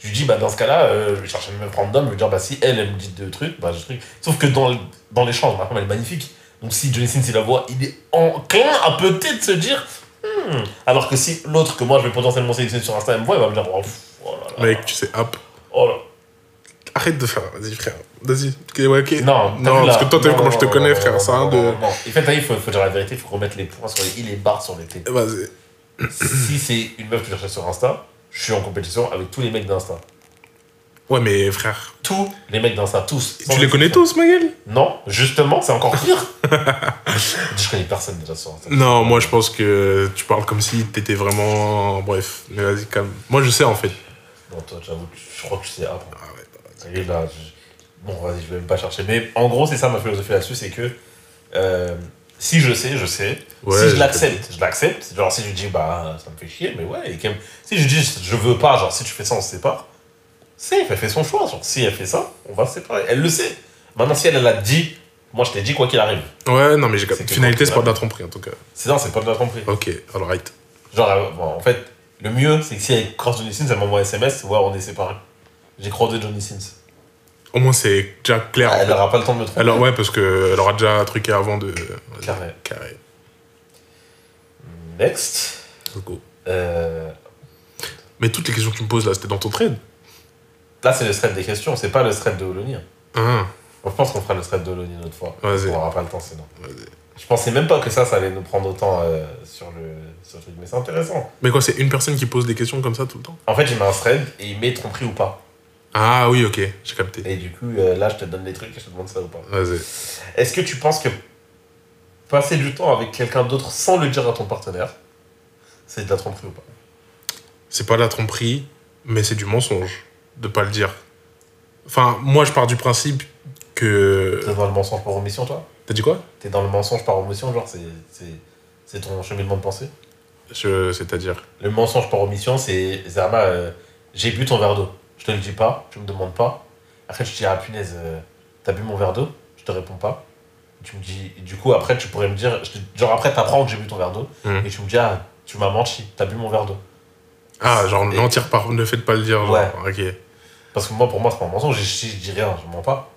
S3: je lui dis bah dans ce cas-là, euh, je vais chercher une meuf random, je vais dire bah si elle, elle me dit deux trucs, bah je truc. Sauf que dans, le- dans l'échange, ma femme elle est magnifique. Donc si Johnny Sins il la voit, il est enclin à peut-être se dire Hmm. alors que si l'autre que moi je vais potentiellement sélectionner sur Insta elle me voit, elle va me dire oh, pff, oh là là.
S2: Mec, tu sais, hop.
S3: Oh là.
S2: Arrête de faire, vas-y frère. Vas-y. Ok, ouais, ok.
S3: Non, t'as vu,
S2: parce
S3: là-
S2: que toi, t'as vu
S3: non,
S2: comment
S3: non,
S2: je te
S3: non,
S2: connais,
S3: non,
S2: frère.
S3: non,
S2: Ça,
S3: non,
S2: hein,
S3: non,
S2: de.
S3: non, non. Et fait, t'as vu, il faut, faut dire la vérité, il faut remettre les points sur les i, les barres sur les
S2: *clears throat*
S3: t.
S2: Vas-y.
S3: si c'est une meuf que je recherche sur Insta, je suis en compétition avec tous les mecs d'Insta.
S2: Ouais, mais frère.
S3: Tous les mecs d'Insta, tous. sans
S2: Tu les connais
S3: exception.
S2: tous, ma gueule
S3: Non, justement, c'est encore
S2: *laughs*
S3: pire. je connais personne déjà sur Insta.
S2: Non, moi, je pense que tu parles comme si t'étais vraiment. Bref, mais vas-y, calme. Moi, je sais, en fait.
S3: Non, toi, j'avoue, tu- je crois que tu sais. Ah, bon.
S2: Ah ouais.
S3: Il est là, je- Bon, vas-y, je vais même pas chercher. Mais en gros, c'est ça ma philosophie là-dessus, c'est que euh, si je sais, je sais.
S2: Ouais,
S3: bah. si je
S2: je
S3: l'accepte, je l'accepte. Genre, si je dis, bah, ça me fait chier, mais ouais, et quand même- Si je dis, je veux pas, genre, si tu fais ça, on se sépare. Safe, elle fait son choix. Genre, si elle fait ça, on va se séparer. Elle le sait. Maintenant, si elle, elle a dit, moi, je t'ai dit quoi qu'il arrive.
S2: Ouais, non, mais j'ai
S3: C'est
S2: capté.
S3: que
S2: Finalité,
S3: quand-
S2: c'est pas de la tromperie, en tout cas.
S3: C'est ça, c'est pas de la tromperie.
S2: Ok, alright.
S3: Genre, euh, bon, en fait, le mieux, c'est que si elle croise Johnny Sins, elle m'envoie un SMS, ouais, on est séparés. J'ai croisé Johnny Sins.
S2: Au moins, c'est déjà clair. en
S3: Elle
S2: fait.
S3: aura pas le temps de me tromper.
S2: Alors, ouais, parce qu'elle aura déjà truqué avant de. Vas-y,
S3: Carré.
S2: Carré.
S3: Next.
S2: Let's go.
S3: Euh,
S2: Mais toutes les questions que tu me poses là, c'était dans ton trade.
S3: là, c'est le thread des questions, c'est pas le thread de Holoni.
S2: Hein
S3: Je pense qu'on fera le thread de Holoni une autre fois.
S2: Vas-y.
S3: On aura pas le temps, sinon.
S2: Vas-y.
S3: Je pensais même pas que ça, ça allait nous prendre autant euh, sur, le, sur le truc, mais c'est intéressant.
S2: Mais quoi, c'est une personne qui pose des questions comme ça tout le temps
S3: En fait, il met un thread et il met tromperie ou pas.
S2: Ah oui, ok, j'ai capté.
S3: Et du coup, euh, là, je te donne des trucs et je te demande ça ou pas.
S2: Vas-y.
S3: Est-ce que tu penses que passer du temps avec quelqu'un d'autre sans le dire à ton partenaire, c'est de la tromperie ou pas
S2: C'est pas de la tromperie, mais c'est du mensonge de pas le dire. Enfin, moi, je pars du principe que.
S3: T'es dans le mensonge par omission, toi
S2: T'as dit quoi
S3: T'es dans le mensonge par omission, genre, c'est- c'est c'est ton cheminement de pensée
S2: Je- C'est-à-dire.
S3: Le mensonge par omission, c'est Zerma, euh, j'ai bu ton verre d'eau. Je te le dis pas, tu me demandes pas. Après, je te dis, ah punaise, euh, t'as bu mon verre d'eau Je te réponds pas. Tu me dis, et du coup, après, tu pourrais me dire, je te- genre après, t'apprends que j'ai bu ton verre d'eau.
S2: Mhm.
S3: Et tu me dis, ah, tu m'as menti, t'as bu mon verre d'eau.
S2: Ah, genre,
S3: Et-
S2: mentir par le fait de pas le dire. Genre. Ok.
S3: Parce que moi, pour moi, c'est pas un mensonge. Je, je, je dis rien, je mens pas.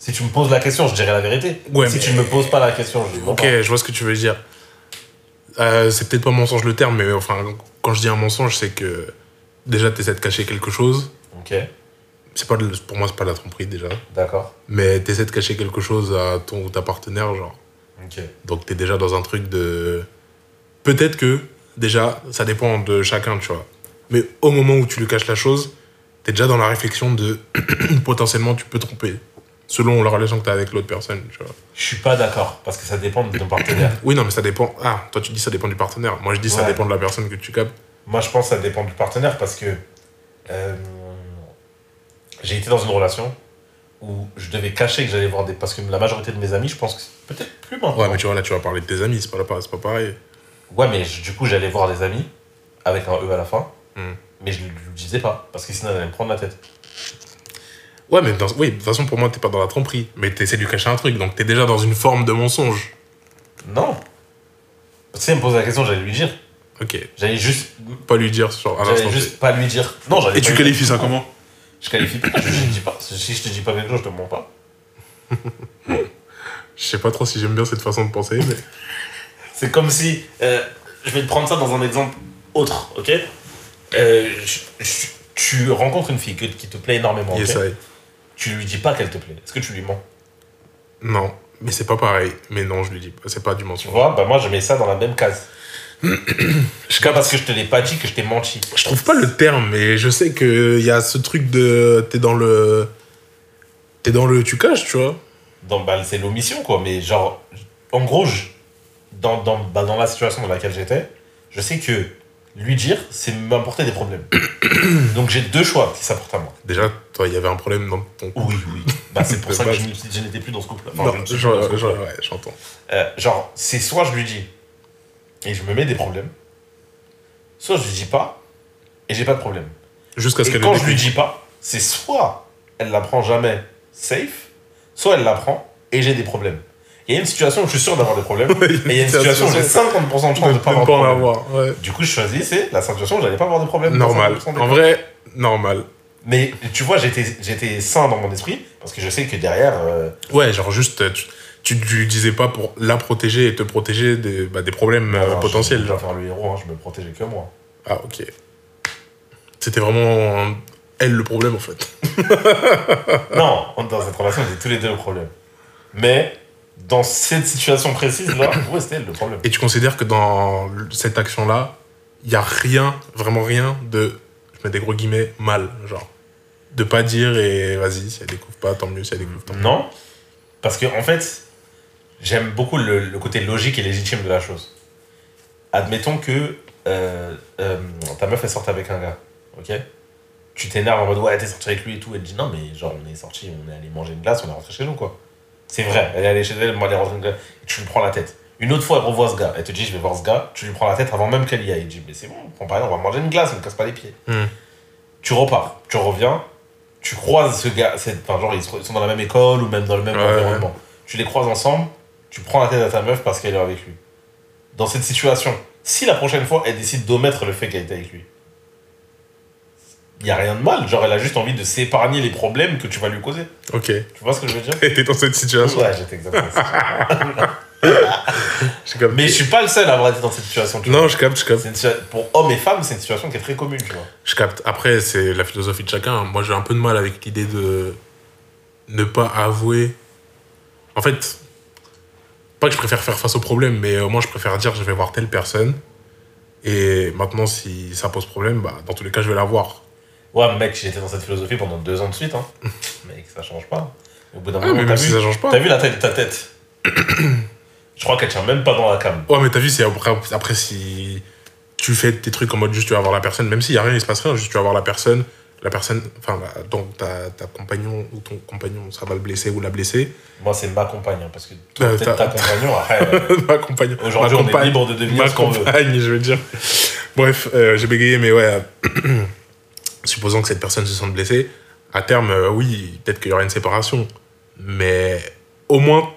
S3: Si tu me poses la question, je dirai la vérité.
S2: Ouais,
S3: si
S2: mais-
S3: tu me poses pas la question, je mens
S2: Ok,
S3: pas.
S2: je vois ce que tu veux dire. Euh, c'est peut-être pas mensonge le terme, mais enfin, quand je dis un mensonge, c'est que déjà, t'essaies de cacher quelque chose.
S3: Ok,
S2: C'est pas de- pour moi, c'est pas de la tromperie déjà.
S3: d'accord.
S2: Mais t'essaies de cacher quelque chose à ton ou ta partenaire, genre.
S3: Ok.
S2: Donc t'es déjà dans un truc de... Peut-être que, déjà, ça dépend de chacun, tu vois. Mais au moment où tu lui caches la chose, t'es déjà dans la réflexion de *clears throat* potentiellement tu peux tromper, selon la relation que t'as avec l'autre personne, tu vois.
S3: Je suis pas d'accord, parce que ça dépend de ton partenaire.
S2: Oui, non, mais ça dépend... Ah, toi tu dis ça dépend du partenaire. Moi je dis ça
S3: Ouais.
S2: dépend de la personne que tu captes.
S3: Moi, je pense que ça dépend du partenaire parce que euh, j'ai été dans une relation où je devais cacher que j'allais voir des. Parce que la majorité de mes amis, je pense que c'est peut-être plus maintenant.
S2: Ouais, mais tu vois, là tu vas parler de tes amis, c'est pas, la- c'est pas pareil.
S3: Ouais, mais je- du coup, j'allais voir des amis avec un E à la fin,
S2: Hmm.
S3: mais je ne le disais pas parce que sinon, elle allait me prendre la tête.
S2: Ouais, mais dans- oui, de toute façon, pour moi, t'es pas dans la tromperie. Mais t'essaies de lui cacher un truc, donc t'es déjà dans une forme de mensonge.
S3: Non Si elle me posait la question, j'allais lui dire.
S2: Ok.
S3: J'allais juste.
S2: Pas lui dire sur un
S3: J'allais
S2: instant.
S3: juste pas lui dire. Non, j'allais
S2: T. Et
S3: pas
S2: tu
S3: lui
S2: qualifies
S3: dire.
S2: ça comment
S3: Je qualifie pas, je te dis pas. Si je te dis pas quelque chose, je te mens pas.
S2: Je sais pas trop si j'aime bien cette façon de penser, mais.
S3: C'est comme si. euh, je vais te prendre ça dans un exemple autre, ok Euh, je- je- Tu rencontres une fille que- qui te plaît énormément. ok
S2: Yes, I.
S3: Tu lui dis pas qu'elle te plaît. Est-ce que tu lui mens
S2: Non, mais c'est pas pareil. Mais non, je lui dis pas, c'est pas du
S3: Tu
S2: mensonge.
S3: vois Bah, moi, je mets ça dans la même case.
S2: Je
S3: Pas
S2: capte.
S3: parce que je te l'ai pas dit que je t'ai menti.
S2: Je trouve pas le terme, mais je sais qu'il y a ce truc de. T'es dans le. T'es dans le. Tu caches, tu vois.
S3: Dans, bah, c'est l'omission, quoi. Mais genre, en gros, je- dans, dans, bah, dans la situation dans laquelle j'étais, je sais que lui dire, c'est m'apporter des problèmes. Donc, j'ai deux choix qui s'apportent à moi.
S2: Déjà, toi, il y avait un problème dans ton.
S3: Oui, oui. Bah, c'est pour
S2: De
S3: ça que
S2: base.
S3: je n- je n'étais plus dans ce couple-là. Enfin,
S2: Non,
S3: je ne suis
S2: je-
S3: plus dans ce
S2: je-
S3: couple-là.
S2: ouais, j'entends.
S3: Euh, genre, c'est soit je lui dis et je me mets des problèmes, soit je lui dis pas et j'ai pas de problème.
S2: Jusqu'à ce
S3: et
S2: qu'elle
S3: quand
S2: le
S3: je lui
S2: découvre.
S3: dis pas, c'est soit elle la prend jamais safe, soit elle la prend et j'ai des problèmes. Il y a une situation où je suis sûr d'avoir des problèmes,
S2: *laughs* Ouais,
S3: et il y a une situation où j'ai 50% de chance de
S2: de
S3: pas
S2: ne
S3: avoir de
S2: pas en
S3: problème.
S2: avoir. ouais.
S3: Du coup, je choisis, c'est la situation où j'allais pas avoir de problème.
S2: Normal.
S3: 50% des
S2: En vrai, normal.
S3: Mais tu vois, j'étais j'étais sain dans mon esprit parce que je sais que derrière. euh,
S2: Ouais, genre juste. Tu, tu, tu disais pas pour la protéger et te protéger des, bah, des problèmes euh,
S3: enfin,
S2: potentiels,
S3: Je
S2: genre.
S3: vais pas faire le héros, hein, je me protégeais que moi.
S2: Ah, ok. C'était vraiment elle le problème en fait.
S3: *laughs* Non, on- dans cette relation, on était tous les deux le problème. Mais dans cette situation précise, là, ouais, c'était elle le problème.
S2: Et tu considères que dans cette action-là, il n'y a rien, vraiment rien de, je mets des gros guillemets, mal, genre. De pas dire et vas-y, si elle découvre pas, tant mieux, si elle découvre, tant mieux.
S3: Non, parce que en fait, j'aime beaucoup le, le côté logique et légitime de la chose. Admettons que euh, euh, ta meuf elle sorte avec un gars, ok Tu t'énerves en mode ouais, t'es sorti avec lui et tout, elle te dit non, mais genre on est sorti, on est allé manger une glace, on est rentré chez nous quoi. C'est vrai, elle est allée chez elle, moi elle est rentrée une glace, et tu lui prends la tête. Une autre fois, elle revoit ce gars, elle te dit je vais voir ce gars, tu lui prends la tête avant même qu'elle y aille. Elle dit mais c'est bon, on parle, on va manger une glace, on ne casse pas les pieds
S2: Hmm.
S3: tu repars, tu reviens, tu croises ce gars, c'est- enfin, genre ils se- ils sont dans la même école ou même dans le même
S2: Ouais,
S3: environnement. Tu les croises ensemble, tu prends la tête à ta meuf parce qu'elle est avec lui. Dans cette situation, si la prochaine fois elle décide d'omettre le fait qu'elle était avec lui, il n'y a rien de mal. Genre elle a juste envie de s'épargner les problèmes que tu vas lui causer.
S2: Ok.
S3: Tu vois ce que je veux dire
S2: Et t'es *laughs* dans cette situation.
S3: Ouais, j'étais exactement ça.
S2: Je capte.
S3: Mais je suis pas le seul à avoir été dans cette situation. tu vois.
S2: Non, je capte, je capte.
S3: C'est une situa- pour hommes et femmes, c'est une situation qui est très commune, tu vois.
S2: Je capte. Après, c'est la philosophie de chacun. Moi, j'ai un peu de mal avec l'idée de ne pas avouer. En fait, pas que je préfère faire face au problème, mais au moins, je préfère dire je vais voir telle personne. Et maintenant, si ça pose problème, bah, dans tous les cas, je vais la voir.
S3: Ouais, mec, j'étais dans cette philosophie pendant deux ans de
S2: *laughs*
S3: suite. Hein. mec, ça change pas. Au bout d'un
S2: Ah,
S3: moment,
S2: mais
S3: t'as
S2: même si
S3: vu,
S2: ça change pas.
S3: t'as vu la tête de ta
S2: *coughs*
S3: tête Je crois qu'elle tient même pas dans la cam.
S2: Ouais, mais t'as vu, c'est après, après, si tu fais tes trucs en mode juste tu vas voir la personne, même s'il n'y a rien, il se passe rien, juste tu vas voir la personne, la personne, enfin, la- donc ta, ta compagnon ou ton compagnon, ça va le blesser ou la blesser.
S3: Moi, c'est ma compagne, hein, parce que
S2: Euh,
S3: peut-être ta
S2: t'as-
S3: compagnon, après, euh,
S2: *laughs* ma compagnon.
S3: aujourd'hui,
S2: *laughs* ma
S3: on est
S2: compagne-
S3: libre de
S2: ma
S3: devenir ce qu'on veut.
S2: compagne, je veux dire. Bref, euh, j'ai bégayé, mais ouais. euh, *clears throat* supposons que cette personne se sente blessée, à terme, euh, oui, peut-être qu'il y aura une séparation. Mais au moins,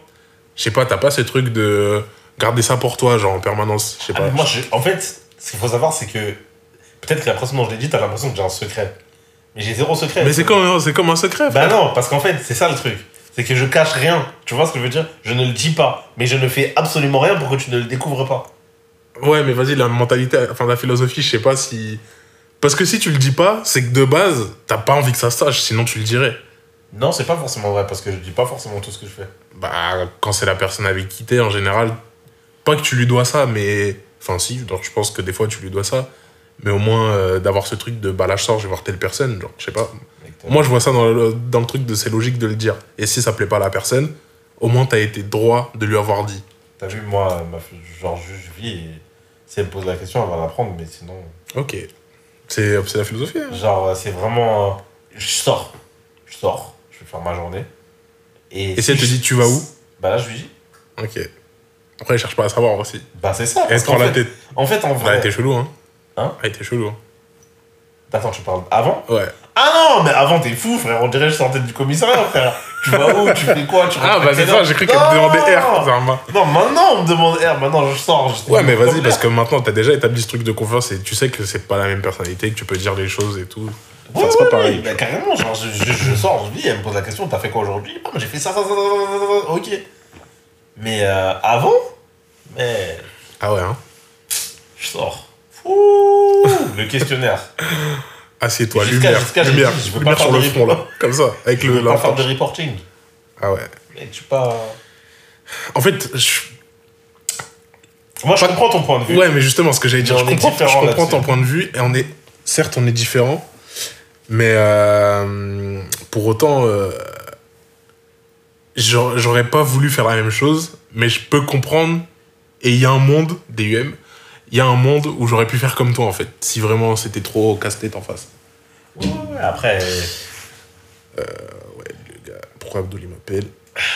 S2: je sais pas, t'as pas ce truc de garder ça pour toi, genre en permanence. Je sais
S3: Ah,
S2: pas.
S3: mais moi, je- en fait, ce qu'il faut savoir, c'est que peut-être que la personne dont je l'ai dit, t'as l'impression que j'ai un secret. Mais j'ai zéro secret.
S2: mais c'est comme, c'est comme un secret.
S3: Bah
S2: frère.
S3: non, parce qu'en fait, c'est ça le truc. C'est que je cache rien. Tu vois ce que je veux dire Je ne le dis pas. Mais je ne fais absolument rien pour que tu ne le découvres pas.
S2: Bah, Ouais, mais vas-y, la mentalité, enfin la philosophie, je sais pas si. Parce que si tu le dis pas, c'est que de base, t'as pas envie que ça se sache, sinon tu le dirais.
S3: Non, c'est pas forcément vrai, parce que je dis pas forcément tout ce que je fais.
S2: bah, quand c'est la personne avec qui t'es, en général, pas que tu lui dois ça, mais. Enfin, si, genre, je pense que des fois tu lui dois ça, mais au moins euh, d'avoir ce truc de bah là je sors, je vais voir telle personne, genre, je sais pas. Moi, je vois ça dans le, dans le truc de c'est logique de le dire. Et si ça plaît pas à la personne, au moins t'as été droit de lui avoir dit.
S3: T'as vu, moi, ma, f- genre, je, je vis et si elle me pose la question, elle va la prendre, mais sinon.
S2: Ok. C'est c'est la philosophie. hein.
S3: Genre, euh, c'est vraiment. euh, Je sors. Je sors. Je vais faire ma journée. Et,
S2: Et si elle te
S3: je-
S2: dit, tu vas où
S3: Bah là, je lui dis.
S2: Ok. Après, elle cherche pas à savoir aussi.
S3: Bah c'est ça.
S2: Elle
S3: parce
S2: se prend
S3: qu'en
S2: la
S3: fait-
S2: tête.
S3: En fait, en
S2: Bah, elle
S3: vrai.
S2: était chelou, hein.
S3: Hein
S2: Elle était chelou. hein.
S3: Attends, tu parles avant
S2: Ouais.
S3: Ah non, mais avant, t'es fou, frère. On dirait que je sortais du commissariat, frère. tu vas où Tu fais quoi tu
S2: Ah,
S3: rentres à
S2: bah, c'est
S3: quelle
S2: ça,
S3: heure
S2: j'ai cru qu'elle
S3: Non
S2: me demandait R. Zarma.
S3: Non, maintenant, on me demande R. Maintenant, je sors. je-
S2: Ouais, mais vas-y, parce que maintenant, t'as déjà établi ce truc de confiance et tu sais que c'est pas la même personnalité, que tu peux dire les choses et tout.
S3: Ouais,
S2: Enfin, c'est pas
S3: ouais,
S2: pareil.
S3: ouais, bah, carrément, genre, je, je- je sors, je dis, elle me pose la question, t'as fait quoi aujourd'hui Ah, mais j'ai fait ça, ça, ça, ça, ça, ça, ok. Mais euh, avant, mais
S2: Ah ouais, hein
S3: je sors. Ouh, le
S2: *laughs*
S3: questionnaire.
S2: Assieds-toi,
S3: Jusqu'à-
S2: Ah, lumière,
S3: jusqu'à- j'ai
S2: lumière,
S3: dit, je veux pas
S2: lumière
S3: faire
S2: sur le
S3: de
S2: front, là. Comme ça, avec
S3: Je
S2: le...
S3: veux pas
S2: la-
S3: faire de reporting.
S2: Ah ouais.
S3: Mais tu pas.
S2: En fait, je-
S3: Moi, je
S2: Pas-
S3: comprends ton point de vue.
S2: ouais, mais justement, ce que j'allais dire,
S3: Mais
S2: je
S3: on est
S2: comprends, je
S3: différents
S2: comprends ton
S3: là-dessus.
S2: point de vue et on est... Certes, on est différents, mais euh, pour autant, euh, j'aurais j'aurais pas voulu faire la même chose, mais je peux comprendre, et il y a un monde, DUM, il y a un monde où j'aurais pu faire comme toi, en fait, si vraiment c'était trop casse-tête en face.
S3: Ouais, ouais, Après, euh,
S2: Le gars, pourquoi Abdouli m'appelle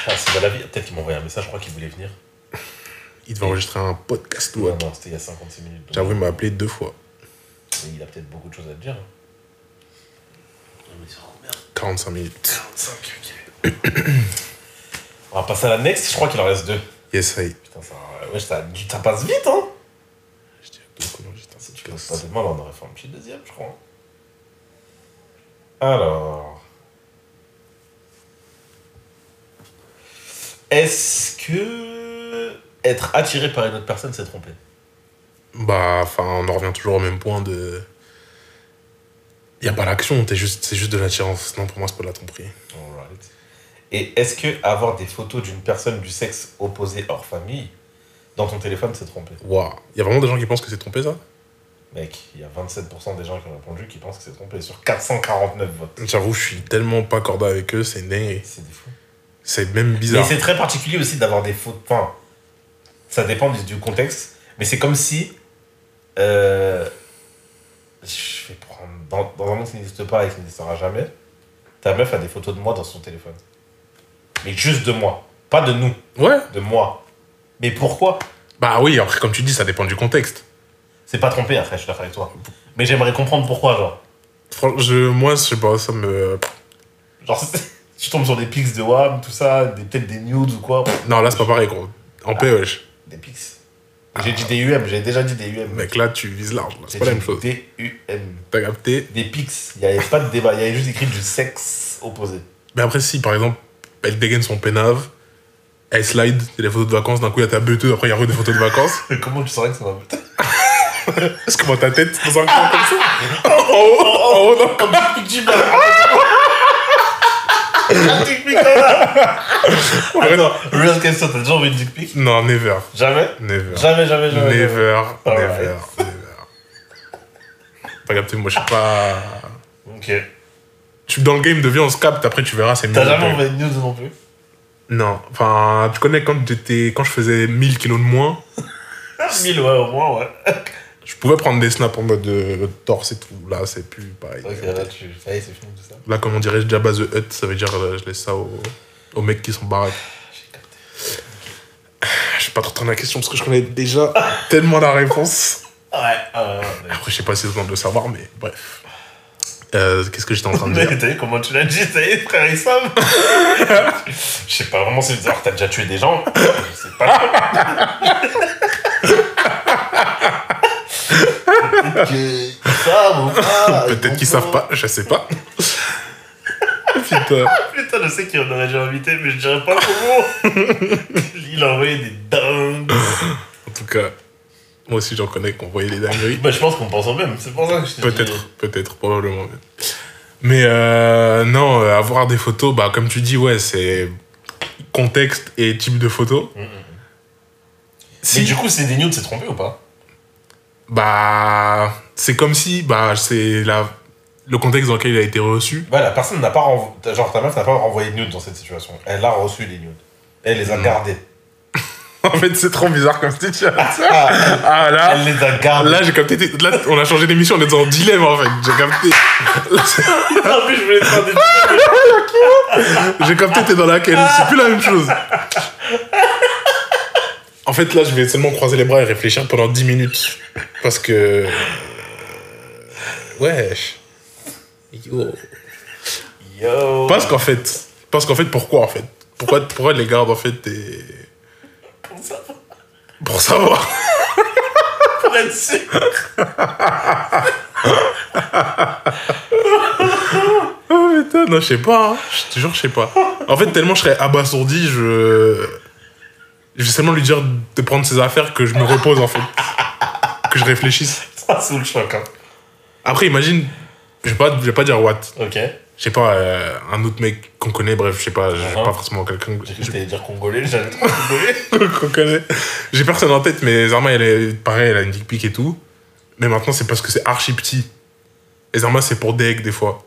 S3: ah, c'est de la vie. Peut-être qu'il m'a envoyé un message, je crois qu'il voulait venir.
S2: Il devait enregistrer un podcast ou
S3: Non,
S2: autre.
S3: non, c'était il y a 56 minutes. donc
S2: J'avoue, il m'a appelé deux fois.
S3: Il a peut-être beaucoup de choses à te dire. hein. Non, mais c'est combien
S2: 45 minutes.
S3: 45, ok. On va passer à la next, je crois qu'il en reste deux.
S2: Yes, I.
S3: Putain, ça, ouais, ça, ça passe vite, hein
S2: Je dis à deux qu'on enregistre un
S3: Si tu passes
S2: podcast.
S3: pas demain, là, on aurait fait un petit deuxième, je crois. Alors... Est-ce que... Être attiré par une autre personne, c'est tromper
S2: Bah, enfin, on en revient toujours au même point de. Il n'y a pas l'action, t'es juste, c'est juste de l'attirance. Non, pour moi, c'est pas de la tromperie.
S3: Alright. Et est-ce que avoir des photos d'une personne du sexe opposé hors famille dans ton téléphone, c'est trompé
S2: Waouh. Il y a vraiment des gens qui pensent que c'est trompé, ça
S3: Mec, il y a 27% des gens qui ont répondu qui pensent que c'est trompé sur 449 votes.
S2: J'avoue, je suis tellement pas cordé avec eux, c'est dingue.
S3: C'est des fous.
S2: C'est même
S3: Mais
S2: bizarre.
S3: c'est très particulier aussi d'avoir des fautes. Enfin, ça dépend du, du contexte. Mais c'est comme si. euh, je vais prendre. Dans, dans un monde qui n'existe pas et qui n'existera jamais, ta meuf a des photos de moi dans son téléphone. Mais juste de moi. Pas de nous,
S2: Ouais.
S3: de moi. Mais pourquoi
S2: Bah oui, après, comme tu dis, ça dépend du contexte.
S3: C'est pas trompé après, je suis d'accord avec toi. Mais j'aimerais comprendre pourquoi, genre.
S2: Fran- je- moi, je sais pas, ça me.
S3: Genre, *laughs* tu tombes sur des pics de WAM, tout ça, des- peut-être des nudes ou quoi.
S2: Non, là, c'est pas pareil, gros. En E PEH.
S3: Des pics. J'ai dit des UM, j'ai déjà dit des UM.
S2: Mec, là, tu vises large. là. C'est
S3: J'ai
S2: pas la
S3: dit
S2: même chose.
S3: des UM.
S2: T'as capté.
S3: Des pics. Il n'y avait pas de débat. Il y avait juste écrit du sexe opposé.
S2: Mais après, si, par exemple, elle dégaine son pénave, elle slide, il y a des photos de vacances, d'un coup, il y a ta beuteuse, après, il y a des photos de vacances.
S3: Comment tu saurais que ça va putain
S2: Parce que moi, ta tête, dans un coin comme ça. En haut, en haut, non.
S3: Comme du pitch Un dick pic comme ça Attends, real question, t'as déjà envie de dick pic
S2: Non, never.
S3: Jamais
S2: Never.
S3: Jamais, jamais, jamais. Ah jamais.
S2: Never. Never.
S3: Alright.
S2: Never. T'as capté, moi, je suis pas.
S3: Ok.
S2: Je suis dans le game de vie, on se capte, après, tu verras, c'est mieux.
S3: T'as jamais envoyé de news non plus
S2: Non, enfin, tu connais quand j'étais, quand je faisais 1000 kilos de moins,
S3: 1000, Ah, ouais, au moins, ouais.
S2: je pouvais prendre des snaps en mode de torse et tout. Là, c'est plus pareil.
S3: Ok, là, tu. Ça y est, c'est fini tout ça.
S2: Là, comment dirais-je, Jabba the Hutt, ça veut dire euh, je laisse ça aux, aux mecs qui sont barrés.
S3: J'ai capté.
S2: Je vais pas trop retourner la question parce que je
S3: *laughs*
S2: connais déjà tellement la réponse.
S3: Ouais, euh.
S2: Après, je sais pas si besoin de le savoir, mais bref. Euh, Qu'est-ce que j'étais en train
S3: *laughs*
S2: de
S3: Mais
S2: dire
S3: t'as vu comment tu l'as dit, ça y est, frère Issam
S2: *laughs*
S3: Je sais pas vraiment si alors, t'as déjà tué des gens. Je sais pas. que ça, mon frère,
S2: Peut-être qu'ils savent pas, je sais
S3: *laughs*
S2: pas. Putain.
S3: Putain, je sais qu'il y en aurait déjà invité, mais je dirais pas comment.
S2: *laughs*
S3: Il a envoyé des dingues.
S2: En tout cas, moi aussi j'en connais qu'on voyait les dingueries.
S3: Bah, je pense qu'on pense au même, c'est pour ça que je t'ai dit-
S2: Peut-être, peut-être, probablement. même. Mais euh, non, euh, avoir des photos, bah, comme tu dis, ouais, c'est contexte et type de photo.
S3: Mhm.
S2: Si,
S3: Mais du coup, c'est des nudes, c'est trompé ou pas
S2: bah, c'est comme si, bah, c'est la, le contexte dans lequel il a été reçu.
S3: Bah, la personne n'a pas renvoyé. Genre, ta meuf n'a pas renvoyé de nudes dans cette situation. Elle a reçu des nudes. Elle les a
S2: Non.
S3: gardés.
S2: *laughs* en fait, c'est trop bizarre comme situation.
S3: Ah,
S2: Ah là,
S3: elle les a gardés.
S2: *laughs* là, j'ai capté. tes- Là, on a changé d'émission, on est dans un dilemme en fait. J'ai capté.
S3: En plus, je voulais te faire des
S2: J'ai capté, t'es dans laquelle C'est plus la même chose. En fait, là, je vais seulement croiser les bras et réfléchir pendant 10 minutes. Parce que. euh, Wesh. Yo.
S3: Yo.
S2: Parce qu'en fait. Parce qu'en fait, pourquoi en fait pourquoi, pourquoi elle les garde en fait et...
S3: Pour ça,
S2: Pour savoir.
S3: pour être sûr.
S2: Oh putain, non, je sais pas. hein. Je te jure, je sais pas. En fait, tellement je serais abasourdi, je. Je vais seulement lui dire de prendre ses affaires que je me repose en fait. Que je réfléchisse.
S3: *laughs* Ça sous le choc. hein.
S2: Après, imagine, je vais pas, je vais pas dire what.
S3: Ok.
S2: Je sais pas, euh, un autre mec qu'on connaît, bref, je sais pas, j'ai
S3: Ah.
S2: pas forcément quelqu'un que-
S3: J'ai cru que t'allais dire congolais, j'allais trop congolais.
S2: *laughs* qu'on connaît. J'ai personne en tête, mais Zarma, elle est pareil, elle a une dick pic et tout. Mais maintenant, c'est parce que c'est archi petit. Et Zarma, c'est pour deck des fois.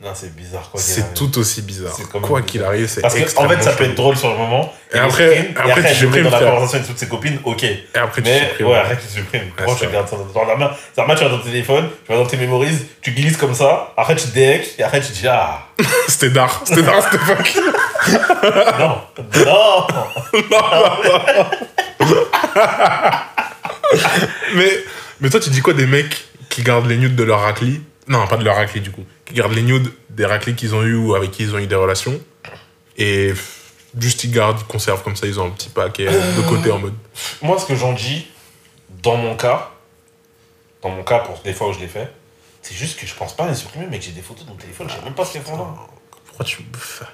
S3: Non, c'est bizarre quoi. qu'il
S2: C'est
S3: arrive.
S2: tout aussi bizarre.
S3: C'est quand même
S2: Quoi
S3: bizarre.
S2: qu'il arrive, c'est
S3: Parce que, en
S2: extrêmement
S3: fait, ça peut
S2: chelou.
S3: être drôle sur le moment.
S2: Et
S3: elle
S2: après-
S3: supprime,
S2: après, tu
S3: elle le met
S2: supprimes,
S3: dans la
S2: frère.
S3: conversation avec toutes ses copines, ok.
S2: Et après, tu
S3: Mais
S2: supprimes.
S3: ouais, après tu supprimes. Comment
S2: c'est
S3: tu gardes ça dans- dans la main Ça marche, tu vas dans ton téléphone, tu vas dans tes mémorises, tu glisses comme ça, après tu decks, et après tu dis ah
S2: *laughs* C'était dark. C'était dark, c'était fuck.
S3: non,
S2: *laughs*
S3: non
S2: Mais, mais toi, tu dis quoi des mecs qui gardent les nudes de leur racli Non, pas de leur racli, du coup. Qui gardent les nudes des raclis qu'ils ont eu ou avec qui ils ont eu des relations. Et pff, juste, ils gardent, ils conservent comme ça, ils ont un petit paquet de côté en mode.
S3: Moi, ce que j'en dis, dans mon cas, dans mon cas, pour des fois où je l'ai fait, c'est juste que je pense pas à les supprimer, mais que j'ai des photos de mon téléphone, je sais même pas ce qu'elles font là.
S2: Pourquoi tu. pff,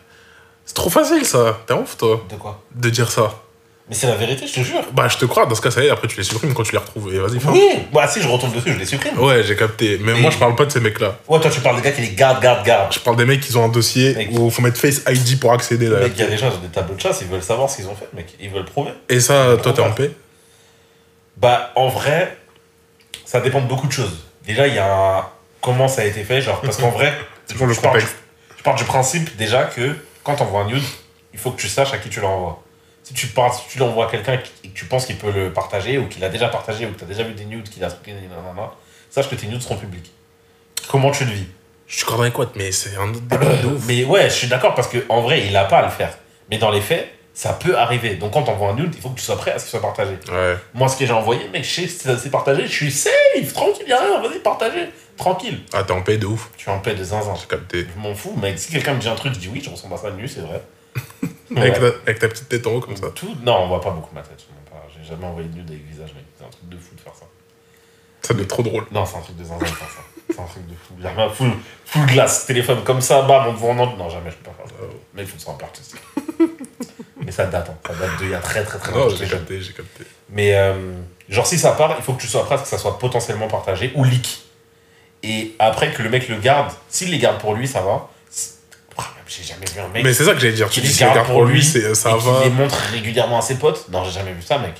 S2: C'est trop facile, ça. T'es ouf, toi,
S3: De quoi
S2: de dire ça.
S3: Mais c'est la vérité, je te jure.
S2: Bah, je te crois, dans ce cas, ça y est, après, tu les supprimes quand tu les retrouves. Et vas-y, fin.
S3: Oui, bah si je retombe dessus, je les supprime.
S2: Ouais, j'ai capté. Mais
S3: Et-
S2: moi, je parle pas de ces mecs-là.
S3: Ouais, toi tu parles des gars qui les gardent, gardent, gardent.
S2: Je parle des mecs qui ont un dossier
S3: Mec.
S2: où faut mettre Face ID pour accéder. Là.
S3: Mec, il y a des gens, ils ont des tableaux de chasse, ils veulent savoir ce qu'ils ont fait, mec. Ils veulent prouver.
S2: Et ça, toi, t'es en
S3: Ouais.
S2: paix
S3: Bah, en vrai, ça dépend de beaucoup de choses. Déjà, il y a un- comment ça a été fait, genre, parce qu'en vrai,
S2: *laughs* C'est toujours le
S3: je, pars du,
S2: contexte.
S3: je pars du principe déjà que quand t'envoies un nude, il faut que tu saches à qui tu l'envoies. Si tu, pars- si tu l'envoies à quelqu'un qui- et que tu penses qu'il peut le partager, ou qu'il a déjà partagé, ou que t'as déjà vu des nudes qu'il a screené, nanana, sache que tes nudes seront publics. Comment tu le vis
S2: Je suis corps quoi, mais c'est un autre débat
S3: *coughs*
S2: de ouf.
S3: Mais ouais, je suis d'accord parce qu'en vrai, il n'a pas à le faire. Mais dans les faits, ça peut arriver. Donc quand t'envoies un nude, il faut que tu sois prêt à ce qu'il soit partagé.
S2: Ouais.
S3: Moi, ce que j'ai envoyé, mec, je sais que c'est c'est partagé, je suis safe, tranquille, y'a rien, vas-y, partagez, tranquille.
S2: Ah, t'es en paix de ouf.
S3: Tu es en paix de zinzin.
S2: J'ai capté.
S3: Je m'en fous, mec, si quelqu'un me dit un truc, je dis oui, je ressemble à ça de nu, c'est vrai.
S2: *laughs*
S3: Ouais.
S2: Avec, ta, avec ta petite tête en haut, comme ça.
S3: Tout... Non, on voit pas beaucoup ma tête, je m'en parle. j'ai jamais envoyé de nude avec visage, mec, c'est un truc de fou de faire ça.
S2: Ça doit être trop drôle.
S3: Non, c'est un truc de zinzin de faire ça. C'est un truc de fou. J'ai un full, full glace, téléphone comme ça, bam, on te voit en ordre. Non, jamais je peux pas faire ça.
S2: Oh.
S3: Mais il faut que ce soit un peu artistique. *laughs* Mais ça date, hein. ça date de il y a très très très
S2: Non,
S3: longtemps.
S2: j'ai capté, j'ai capté.
S3: Mais euh, genre si ça part, il faut que tu sois prêt à ce que ça soit potentiellement partagé ou leak. Et après que le mec le garde, s'il les garde pour lui, ça va. Si- Ah, mais J'ai jamais vu un mec
S2: Mais c'est ça que j'allais dire.
S3: qui
S2: Tu dis
S3: les
S2: si les
S3: garde pour lui,
S2: c'est- euh, ça
S3: et qui
S2: va.
S3: les montre régulièrement à ses potes. Non, j'ai jamais vu ça, mec.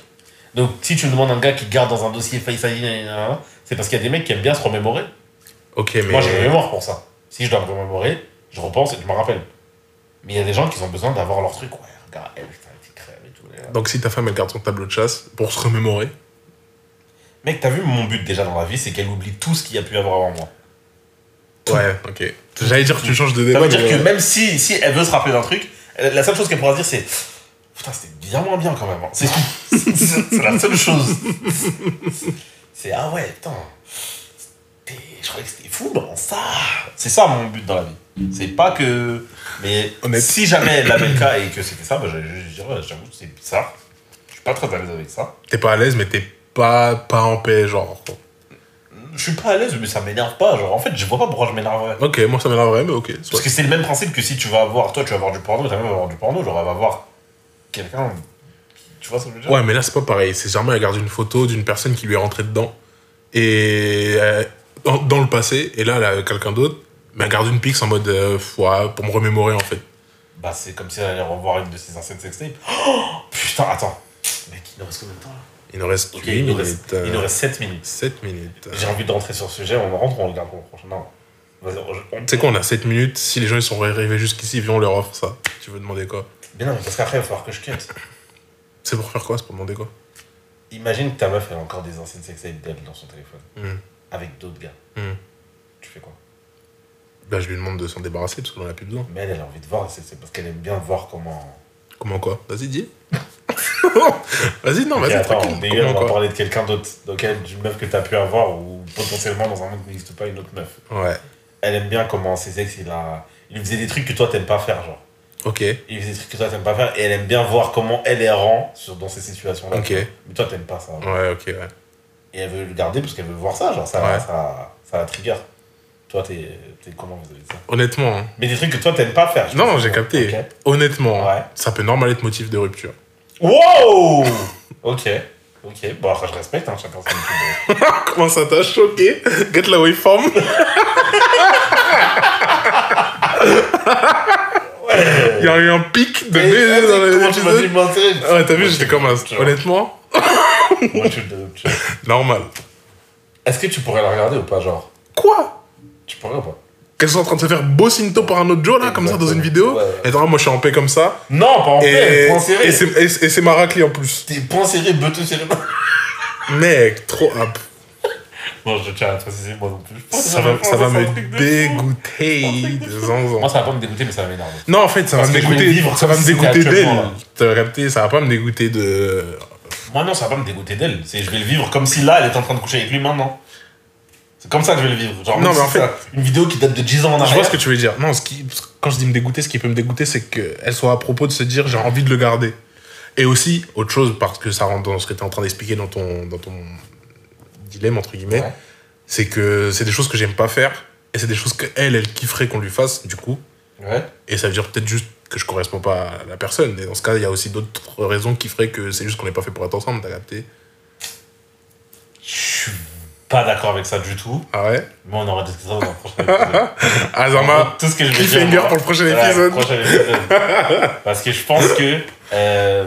S3: Donc si tu me demandes un gars qui garde dans un dossier Face ID, nanana, c'est parce qu'il y a des mecs qui aiment bien se remémorer.
S2: Ok, mais.
S3: Moi j'ai une mémoire pour ça. Si je dois me remémorer, je repense et je me rappelle. Mais il y a des gens qui ont besoin d'avoir leur truc. Ouais, regarde, elle, putain, elle était crème et tout. eh, elle est là.
S2: Donc, si ta femme, elle garde son tableau de chasse pour se remémorer.
S3: Mec, t'as vu mon but déjà dans la vie, c'est qu'elle oublie tout ce qu'il y a pu avoir avant moi. Tout.
S2: Ouais, ok. J'allais dire que tu changes de
S3: Ça
S2: débat.
S3: veut dire
S2: mais-
S3: que même si, si elle veut se rappeler d'un truc, elle- la seule chose qu'elle pourra se dire c'est Putain, c'était bien moins bien quand même. hein. C'est tout. *laughs* C'est- C'est la seule chose. C'est Ah ouais, putain. C'était- Je croyais que c'était fou dans ça. C'est ça mon but dans la vie. C'est pas que. Mais
S2: Honnête.
S3: si jamais elle avait le cas et que c'était ça, bah, j'allais juste dire Ouais, J'avoue, c'est bizarre. Je suis pas très à l'aise avec ça.
S2: T'es pas à l'aise, mais t'es pas, pas en paix, genre.
S3: Je suis pas à l'aise, mais ça m'énerve pas. Genre, en fait, je vois pas pourquoi je m'énerverais.
S2: Ok, moi, ça m'énerverait, mais ok. soit.
S3: Parce que c'est le même principe que si tu vas voir, toi tu vas voir du porno, ta mère va voir du porno, genre elle va voir quelqu'un. qui- Tu vois ce que je veux dire
S2: Ouais, mais là, c'est pas pareil. C'est Germain, elle garde une photo d'une personne qui lui est rentrée dedans. Et. euh, dans, dans le passé, et là, elle a quelqu'un d'autre. Mais elle garde une pixe en mode. euh, ouais, pour me remémorer, en fait.
S3: Bah c'est comme si elle allait revoir une de ses anciennes sextapes. Oh, putain, attends. Mec, il nous reste combien de temps là
S2: Il nous reste
S3: Ok,
S2: 8
S3: il, nous
S2: minutes.
S3: reste,
S2: euh,
S3: il nous reste 7 minutes.
S2: 7 minutes.
S3: J'ai envie de rentrer sur le sujet, on rentre, on le garde pour le prochain. Non. Vas-y, on- on-
S2: Tu sais quoi, on a 7 minutes. Si les gens ils sont arrivés jusqu'ici, viens, on leur offre ça. Tu veux demander quoi
S3: Mais non, mais parce qu'après il va falloir que je cut.
S2: C'est pour faire quoi C'est pour demander quoi
S3: Imagine que ta meuf elle a encore des anciennes sextapes d'elle dans son téléphone.
S2: Hmm.
S3: Avec d'autres gars.
S2: Hmm.
S3: Tu fais quoi
S2: Bah, je lui demande de s'en débarrasser parce qu'on en a plus besoin.
S3: Mais elle, elle a envie de voir, c'est c'est parce qu'elle aime bien voir comment.
S2: Comment quoi Vas-y, dis. *laughs* vas-y, non,
S3: Ok,
S2: vas-y,
S3: attends,
S2: tranquille.
S3: mais
S2: Comment
S3: on va
S2: quoi
S3: parler de quelqu'un d'autre, donc elle, d'une meuf que t'as pu avoir ou potentiellement dans un monde qui n'existe pas une autre meuf.
S2: Ouais,
S3: Elle aime bien comment ses ex, il a, il lui faisait des trucs que toi t'aimes pas faire, genre.
S2: ok,
S3: Il lui faisait des trucs que toi t'aimes pas faire et elle aime bien voir comment elle est rend sur, dans ces situations-là.
S2: ok.
S3: Mais toi t'aimes pas ça.
S2: Ouais, ok, ouais.
S3: Et elle veut le garder parce qu'elle veut voir ça, genre ça,
S2: Ouais.
S3: ça, ça la trigger. Toi t'es, t'es comment vous avez ça
S2: Honnêtement, hein.
S3: Mais des trucs que toi t'aimes pas faire. je
S2: Non,
S3: pense.
S2: j'ai capté.
S3: Ok.
S2: honnêtement,
S3: Ouais.
S2: ça peut normal être motif de rupture.
S3: Wow Ok, ok. Bon après je respecte, hein, chacun son truc.
S2: *laughs* Ah, Comment ça t'a choqué Get la waveform Il y a eu un pic de
S3: Mais,
S2: baiser dans les
S3: comment tu m'as dit
S2: épisodes.
S3: mentir
S2: Ouais, t'as vu, j'étais comme un.
S3: Genre.
S2: Honnêtement,
S3: Moi, tu le- tu-
S2: Normal.
S3: Est-ce que tu pourrais la regarder ou pas, genre
S2: Quoi
S3: Tu pourrais ou pas
S2: Qu'elles sont en train de se faire bocinto par un autre Joe, là, comme ça, dans une vidéo
S3: Ouais.
S2: Et attends, moi, je suis en paix comme ça.
S3: Non, pas en
S2: Et,
S3: paix, point serré.
S2: et c'est et c'est- et c'est ma raclée en plus.
S3: T'es point serré, beuteau serré.
S2: Mec, trop up.
S3: Bon, je tiens à préciser, moi non plus. Je pense que
S2: Ça va, ça va
S3: Oh, faire un
S2: me
S3: truc de fou.
S2: dégoûter de zinzin.
S3: Moi, ça va pas me dégoûter, mais ça va m'énerver.
S2: Non, en fait, ça va
S3: Parce
S2: me
S3: que je vais
S2: dégoûter.
S3: vivre
S2: Ça va
S3: comme
S2: me
S3: si c'était
S2: dégoûter
S3: actuellement,
S2: d'elle.
S3: là.
S2: T'as capté, ça va pas me dégoûter de.
S3: Moi, non, ça va pas me dégoûter d'elle. C'est, je vais le vivre comme si là, elle est en train de coucher avec lui maintenant. C'est comme ça que je vais le vivre. Genre,
S2: Non,
S3: même
S2: mais en
S3: si
S2: fait-
S3: c'est Une vidéo qui date de 10 ans en
S2: Je vois
S3: arrière.
S2: ce que tu veux dire. Non, ce qui, quand je dis me dégoûter, ce qui peut me dégoûter, c'est qu'elle soit à propos de se dire j'ai envie de le garder. Et aussi, autre chose, parce que ça rentre dans ce que tu es en train d'expliquer dans ton, dans ton dilemme, entre guillemets,
S3: Ouais.
S2: c'est que c'est des choses que j'aime pas faire, et c'est des choses qu'elle, elle kifferait qu'on lui fasse, du coup.
S3: Ouais.
S2: Et ça veut dire peut-être juste que je correspond pas à la personne. Et dans ce cas, il y a aussi d'autres raisons qui feraient que c'est juste qu'on n'est pas fait pour être ensemble, t'as capté
S3: Je suis pas d'accord avec ça du tout.
S2: Ah ouais Ah,
S3: Mais on aura discuté ça dans le *laughs* prochain épisode.
S2: Azama,
S3: Tout ce que je vais dire.
S2: cliffhanger
S3: moi,
S2: pour le prochain
S3: Ouais,
S2: épisode.
S3: prochain
S2: *laughs*
S3: épisode. Parce que je pense que euh,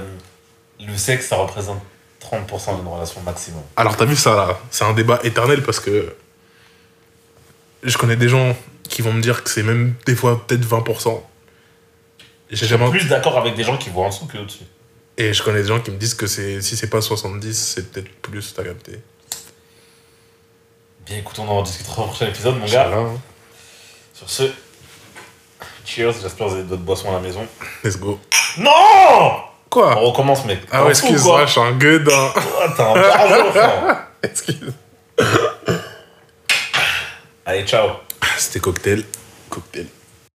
S3: le sexe, ça représente 30% d'une relation maximum.
S2: Alors t'as vu ça là C'est un débat éternel parce que je connais des gens qui vont me dire que c'est même des fois peut-être 20%. J'ai jamais...
S3: Plus d'accord avec des gens qui voient en dessous que au-dessus.
S2: Et je connais des gens qui me disent que c'est si c'est pas 70, c'est peut-être plus, t'as capté.
S3: Bien écoute, on en discutera au prochain épisode, mon gars.
S2: Voilà, hein.
S3: Sur ce, cheers, j'espère que vous avez d'autres boissons à la maison.
S2: Let's go.
S3: Non On
S2: Quoi
S3: recommence, mec.
S2: Ah ouais,
S3: T'en fous,
S2: excuse-moi,
S3: quoi.
S2: je suis un gueux d'un...
S3: Oh, t'es un
S2: *laughs*
S3: barbare, enfant.
S2: Excuse.
S3: Allez, ciao.
S2: C'était cocktail. Cocktail.